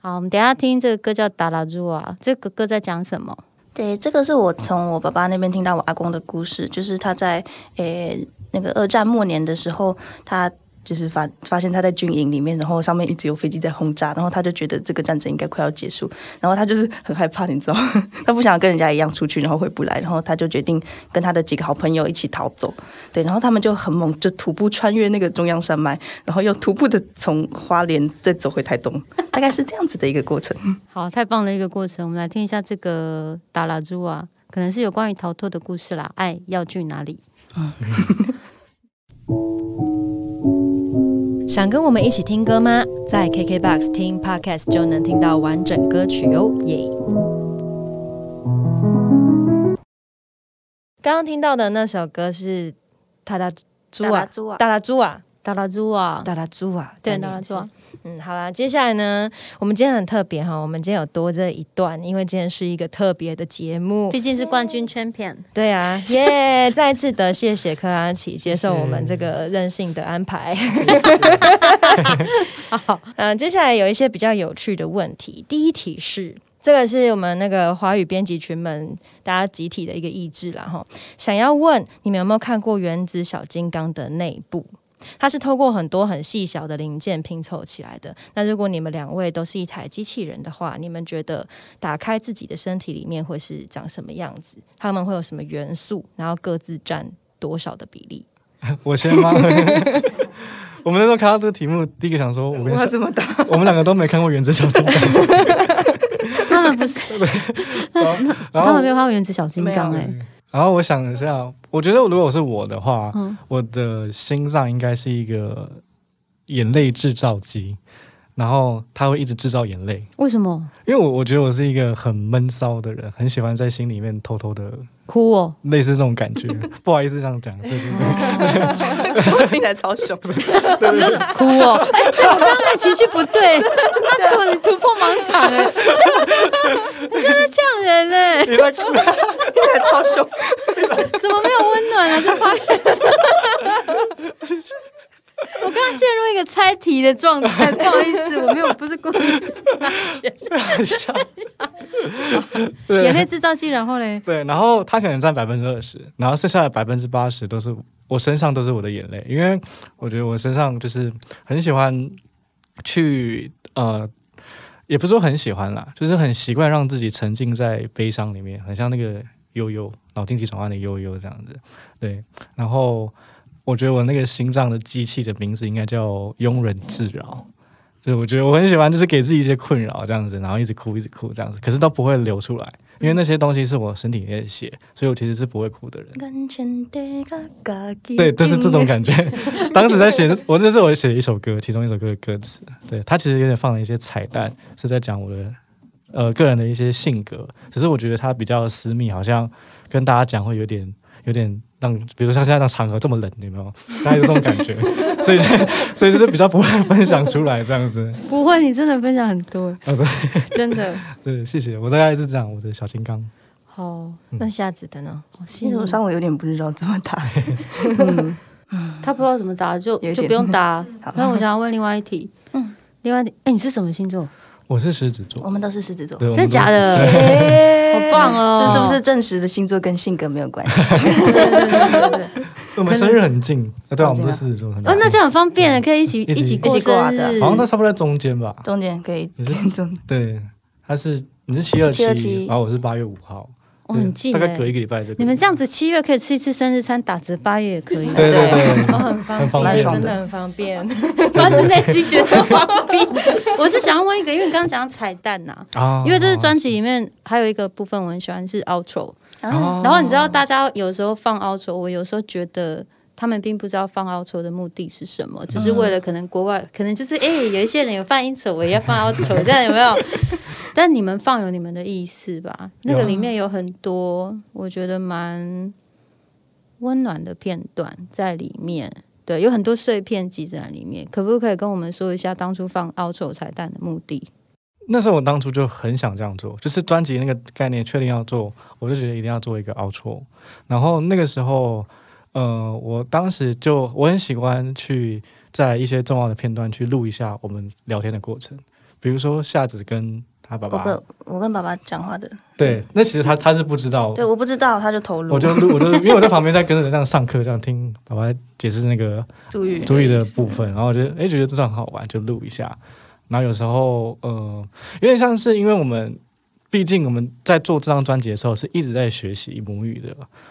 A: 好，我们等一下听这个歌叫《达拉猪》啊，这个歌在讲什么？
D: 对，这个是我从我爸爸那边听到我阿公的故事，就是他在诶、那个二战末年的时候，他就是发发现他在军营里面，然后上面一直有飞机在轰炸，然后他就觉得这个战争应该快要结束，然后他就是很害怕，你知道， 他不想跟人家一样出去，然后回不来，然后他就决定跟他的几个好朋友一起逃走，对，然后他们就很猛，就徒步穿越那个中央山脉，然后又徒步的从花莲再走回台东，大概是这样子的一个过程。
A: 好，太棒的一个过程。我们来听一下这个达拉珠啊，可能是有关于逃脱的故事啦。爱要去哪里？
B: 想跟我们一起听歌吗？在 KKBOX 听 Podcast 就能听到完整歌曲哦，耶、刚刚听到的那首歌是《塔达朱瓦》，
D: 猪啊
B: 达达朱瓦，
A: 达拉珠啊，
B: 达达朱瓦，
A: 对，
B: 达
A: 达拉珠啊，
B: 嗯，好啦，接下来呢，我们今天很特别哈，我们今天有多这一段，因为今天是一个特别的节目。
A: 毕竟是冠军 champion。
B: 对啊，耶、再次的谢谢克拉奇 接受我们这个任性的安排。 好，嗯，接下来有一些比较有趣的问题。第一题是。这个是我们那个华语编辑群们大家集体的一个意志啦，哈。想要问你们有没有看过《原子小金刚》的内部？它是透过很多很细小的零件拼凑起来的。那如果你们两位都是一台机器人的话，你们觉得打开自己的身体里面会是长什么样子？他们会有什么元素？然后各自占多少的比例？
C: 我先吗？ 我们那时候看到这个题目，第一个想说，我跟
D: 哇，
C: 小
D: 这么大，
C: 我们两个都没看过《原子小金刚》
A: 他们不是，
C: 然后，然
A: 他
C: 后
A: 们没有看过《原子小金刚》
D: 没
A: 哎，
C: 然后我想一下，我觉得如果是我的话，
A: 嗯
C: 我的心脏应该是一个眼泪制造机，然后它会一直制造眼泪，
A: 为什么
C: 因为我我觉得我是一个很闷骚的人，很喜欢在心里面偷偷的
A: 哭哦？
C: 类似这种感觉，不好意思这样讲，对对对，
D: 我听起来超 凶。
A: 你就是哭哦？哎，对我刚刚的情绪不对，那是我突破盲场哎，你 真的呛人哎，
C: 你在哭
D: 听起来超凶，
A: 怎么没有温暖啊？这发言。我刚刚陷入一个猜题的状态，不好意思，我没有不是故意的，
C: 很像，
A: 眼
C: 对
A: 泪制造机。然后嘞，
C: 对，然后它可能占百分之二十，然后剩下的百分之八十都是我身上都是我的眼泪，因为我觉得我身上就是很喜欢去呃，也不是说很喜欢啦，就是很习惯让自己沉浸在悲伤里面，很像那个悠悠脑筋急转弯的悠悠这样子。对，然后我觉得我那个心脏的机器的名字应该叫庸人自扰。就是我觉得我很喜欢，就是给自己一些困扰这样子，然后一直哭一直哭这样子，可是都不会流出来，因为那些东西是我身体里面的血，所以我其实是不会哭的人。对，就是这种感觉。当时在写，我那是我写的一首歌，其中一首歌的歌词。对，它其实有点放了一些彩蛋，是在讲我的呃个人的一些性格。只是我觉得它比较私密，好像跟大家讲会有点有点让，比如像现在这种场合这么冷，有没有？大概就这种感 觉，所以就所以就是比较不会分享出来这样子。
A: 不会，你真的分享很多，
C: 哦，对
A: 真的
C: 对，谢谢。我大概是这样，我的小金刚。
A: 好
B: 那下子的呢？
A: 好
D: 其
A: 心
D: 实我
A: 哦。
D: 上我有点不知道这么 大。
A: 他不知道怎么答，就
D: 有一点
A: 就不用答
D: 好。
A: 那我想要问另外一题，嗯
D: 嗯，
A: 另外一题，哎，你是什么星座？
C: 我是狮子
D: 我
C: 座，
D: 们都是狮子座，
C: 对，我
A: 真
C: 们
A: 的
C: 都
A: 假
C: 是？
A: 的？ 好棒哦！
D: 这是不是证实的星座跟性格没有关 系？
A: 对？对对对对对
C: 我们生日很近，啊对啊，我们都
D: 很近吗
C: 是狮子座，很
A: 哦，那
C: 近
A: 这样很方便，可以一起
C: 一起
A: 起
D: 一
A: 过
D: 起过啊
A: 生
D: 对
A: 日
C: 好。像在差不多在中间吧。
D: 中间可以
C: 你是
D: 偏中，
C: 对，他是你是七二七，
D: 727
C: 然后我是八月五号，
A: 哦，
C: 对
A: 很近
C: 大概
A: 哎
C: 隔。一个礼拜就可以。
A: 你们这样啊子七月可以吃一次生日餐，打折八月也可以。
C: 对对对，
B: 哦，很方
C: 很方
B: 便，
D: 便
B: 真的很方便。
A: 发自内心觉得方便。 我是想要问一个，因为你刚刚讲到彩蛋呐、
C: 啊
A: 因为这是专辑里面还有一个部分我很喜欢是 outro，、
C: 哦
A: 然后你知道大家有时候放 outro，我有时候觉得。他们并不知道放 outro 的目的是什
C: 嗯
A: 么，只是为了可能国外，可能就是哎、有一些人有放 intro，我也 要放 outro，这样有没有？但你们放有你们的意思吧。那个
C: 有啊
A: 里面有很多我觉得蛮温暖的片段在里面，对，有很多碎片集在里面。可不可以跟我们说一下当初放 outro 彩蛋的目的？
C: 那时候我当初就很想这样做，就是专辑那个概念确定要做，我就觉得一定要做一个 outro。然后那个时候，呃，我当时就我很喜欢去在一些重要的片段去录一下我们聊天的过程，比如说夏子跟他他爸
D: 我
C: 爸，
D: 跟我跟爸爸讲话的，
C: 对，那其实他他是不知道，
D: 对，我不知道，他就投 入。
C: 我就录，我就因为我在旁边在跟着这样上课，这样听爸爸解释那个
D: 主语
C: 主语的部分，然后我觉得哎觉得这段很好玩，就录一下。然后有时候呃，有点像是因为我们毕竟我们在做这张专辑的时候是一直在学习母语的，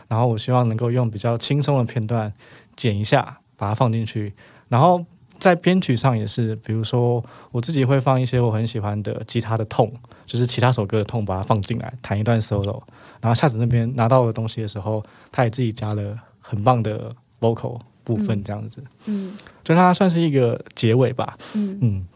C: 然后我希望能够用比较轻松的片段剪一下，把它放进去，然后。在编曲上也是，比如说我自己会放一些我很喜欢的吉他的痛，就是其他首歌的痛，把它放进来弹一段 solo，然后夏子那边拿到的东西的时候，他也自己加了很棒的 vocal 部分，这样子，
A: 嗯
C: 就让它算是一个结尾吧，
A: 嗯，
C: 嗯，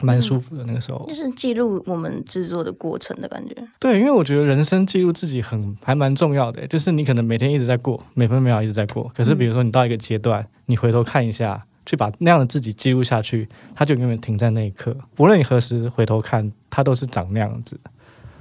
C: 蛮舒服的那个时候
D: 就。是记录我们制作的过程的感觉。
C: 对，因为我觉得人生记录自己很还蛮重要的，欸就是你可能每天一直在过，每分每秒一直在过，可是比如说你到一个阶段，你回头看一下，去把那样的自己记录下去，它就永远停在那一刻，无论你何时回头看，它都是长那样子。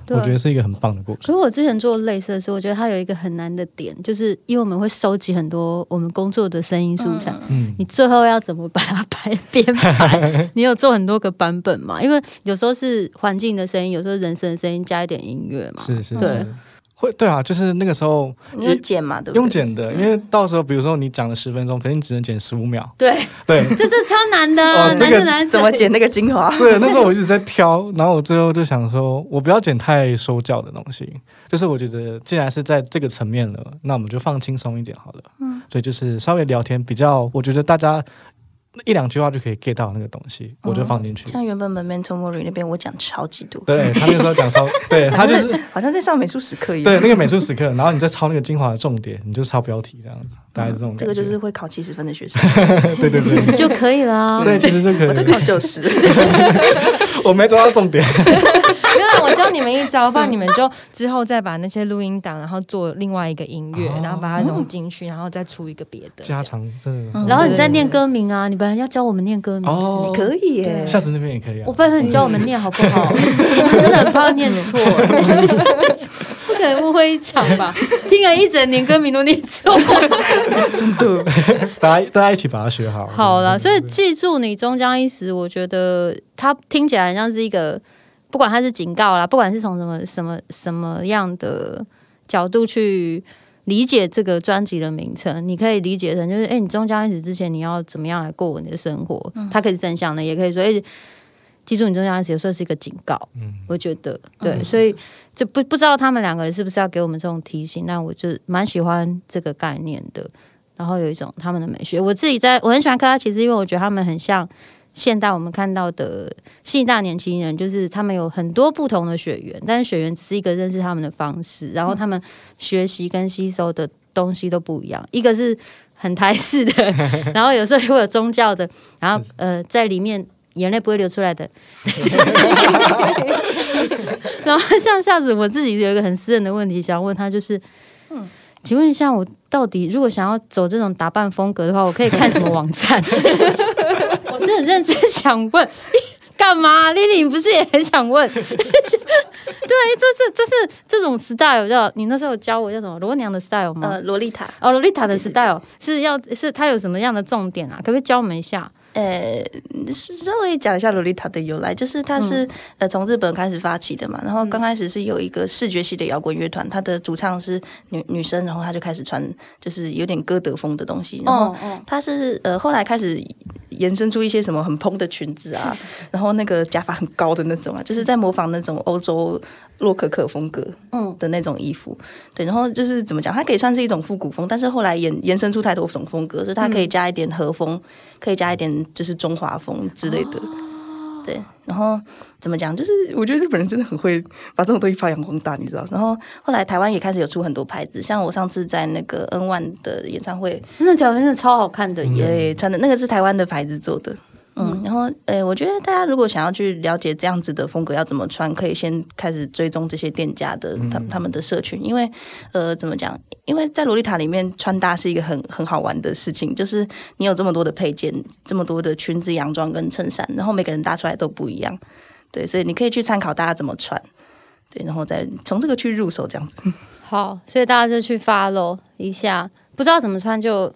A: 对
C: 我。觉得是一个很棒的过
A: 可是
C: 程。
A: 我之前做类似的事，我觉得它有一个很难的点，就是因为我们会收集很多我们工作的声音素材，
C: 嗯
A: 你，最后要怎么把它排 编排？你有做很多个版本嘛？因为有时候是环境的声音，有时候人声的声音，加一点音乐嘛。
C: 是是
A: 对
C: 是，会对啊，就是那个时候
D: 你有剪嘛？对不对？
C: 用剪的，因为到时候比如说你讲了十分钟，肯定只能剪十五秒。
A: 对，
C: 对
A: 这是超难的啊，
C: 哦这
A: 难
C: 个
A: 就难
D: 怎么剪嗯那个精 华？
C: 对，那时候我一直在挑，然后我最后就想说，我不要剪太收脚的东西，就是我觉得既然是在这个层面了，那我们就放轻松一点好了。嗯，所以就是稍微聊天比较，我觉得大家一两句话就可以 get 到那个东西，我就
D: 哦
C: 放进去。
D: 像原本 Memento Mori 那边，我讲超级多，
C: 对他那时候讲超，对他就是
D: 好像在上美术史课一
C: 对
D: 样。
C: 那个美术时刻，然后你再抄那个精华的重点，你就抄标题这样子，大概是这种
D: 嗯这
C: 感觉。
D: 个就是会考七十分的学生，
C: 对对对，
A: 就可以啊啦。
C: 对，其实就可
D: 我都
C: 以。
D: 考九十。
C: 我没抓到重点。
B: 没有啦，我教你们一招，不然你们就之后再把那些录音档，然后做另外一个音乐，
C: 哦
B: 然后把它融进去，然后再出一个别的。
C: 加
B: 这样
C: 长真的
D: 嗯
A: 然后你再念歌名啊，你本来要教我们念歌名。
C: 哦，
D: 可以耶，
C: 下次那边也可以啊。
A: 我拜托你教我们念好不好？我真的很怕念错， 不可能误会一场吧？听了一整年歌名都念错。
C: 大家大家一起把它学好。
A: 好啦，
C: 嗯
A: 所以记住你终将一死，我觉得它听起来很像是一个，不管它是警告啦，不管是从什么什么什么样的角度去理解这个专辑的名称，你可以理解成就是，哎、你终将一死之前，你要怎么样来过你的生活？它可以是正向的，也可以说，哎、记住你终将一死，有时候是一个警告。
C: 嗯，
A: 我觉得对，所以这不不知道他们两个人是不是要给我们这种提醒，那我就蛮喜欢这个概念的。然后有一种他们的美学，我自己在我很喜欢看他，其实因为我觉得他们很像现代我们看到的现代年轻人，就是他们有很多不同的血缘，但是血缘只是一个认识他们的方式，然后他们学习跟吸收的东西都不一样，一个是很台式的，然后有时候会有宗教的，然后呃在里面眼泪不会流出来的， 然后像下子，我自己有一个很私人的问题想问他，就是，请问一下，我到底如果想要走这种打扮风格的话，我可以看什么网站？ 我是很认真想问，干嘛？丽丽，你不是也很想问？ 对，就是就是这种 style 叫你那时候有教我叫什么罗娘的 style 吗？
D: 呃，洛丽塔，
A: 哦，洛丽塔的 style 是要是它有什么样的重点啊？可不可以教我们一下？
D: 呃，稍微讲一下洛丽塔的由来，就是它是、
A: 嗯
D: 呃从日本开始发起的嘛，然后刚开始是有一个视觉系的摇滚乐团，它的主唱是女女生，然后她就开始穿就是有点歌德风的东西，然后
A: 哦，
D: 她是呃后来开始延伸出一些什么很蓬的裙子啊，然后那个假发很高的那种啊，就是在模仿那种欧洲洛可可风格，
A: 嗯
D: 的那种衣服。对，然后就是怎么讲，它可以算是一种复古风，但是后来延延伸出太多种风格，所以它可
A: 嗯
D: 以加一点和风，可以加一点就是中华风之类的。对，然后怎么讲？就是我觉得日本人真的很会把这种东西发扬光大，你知道？然后后来台湾也开始有出很多牌子，像我上次在那个 N One 的演唱会，
A: 那条真的超好看
D: 嗯
A: 的耶！
D: 对，穿的那个是台湾的牌子做的。嗯，然后诶，我觉得大家如果想要去了解这样子的风格要怎么穿，可以先开始追踪这些店家的他他们的社群，因为呃，怎么讲？因为在洛丽塔里面，穿搭是一个很很好玩的事情，就是你有这么多的配件，这么多的裙子、洋装跟衬衫，然后每个人搭出来都不一样，对，所以你可以去参考大家怎么穿，对，然后再从这个去入手，这样子。
A: 好，所以大家就去 follow 一下，不知道怎么穿就，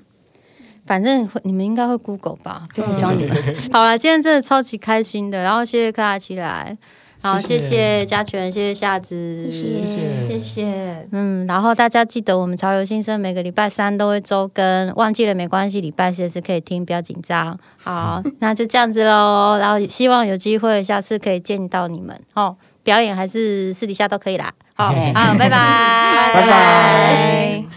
A: 反正会你们应该会 Google 吧，就不教你们。好了，今天真的超级开心的，然后谢谢克拉奇来，好，
C: 谢
A: 谢
C: 谢
A: 谢嘉全，谢谢夏子，
D: 谢
B: 谢
C: 谢
B: 谢。
A: 嗯，然后大家记得我们潮流新生每个礼拜三都会周更，忘记了没关系，礼拜四是可以听，不要紧张。好，那就这样子喽。然后希望有机会下次可以见到你们哦，表演还是私底下都可以啦。好啊，拜拜，
B: 拜拜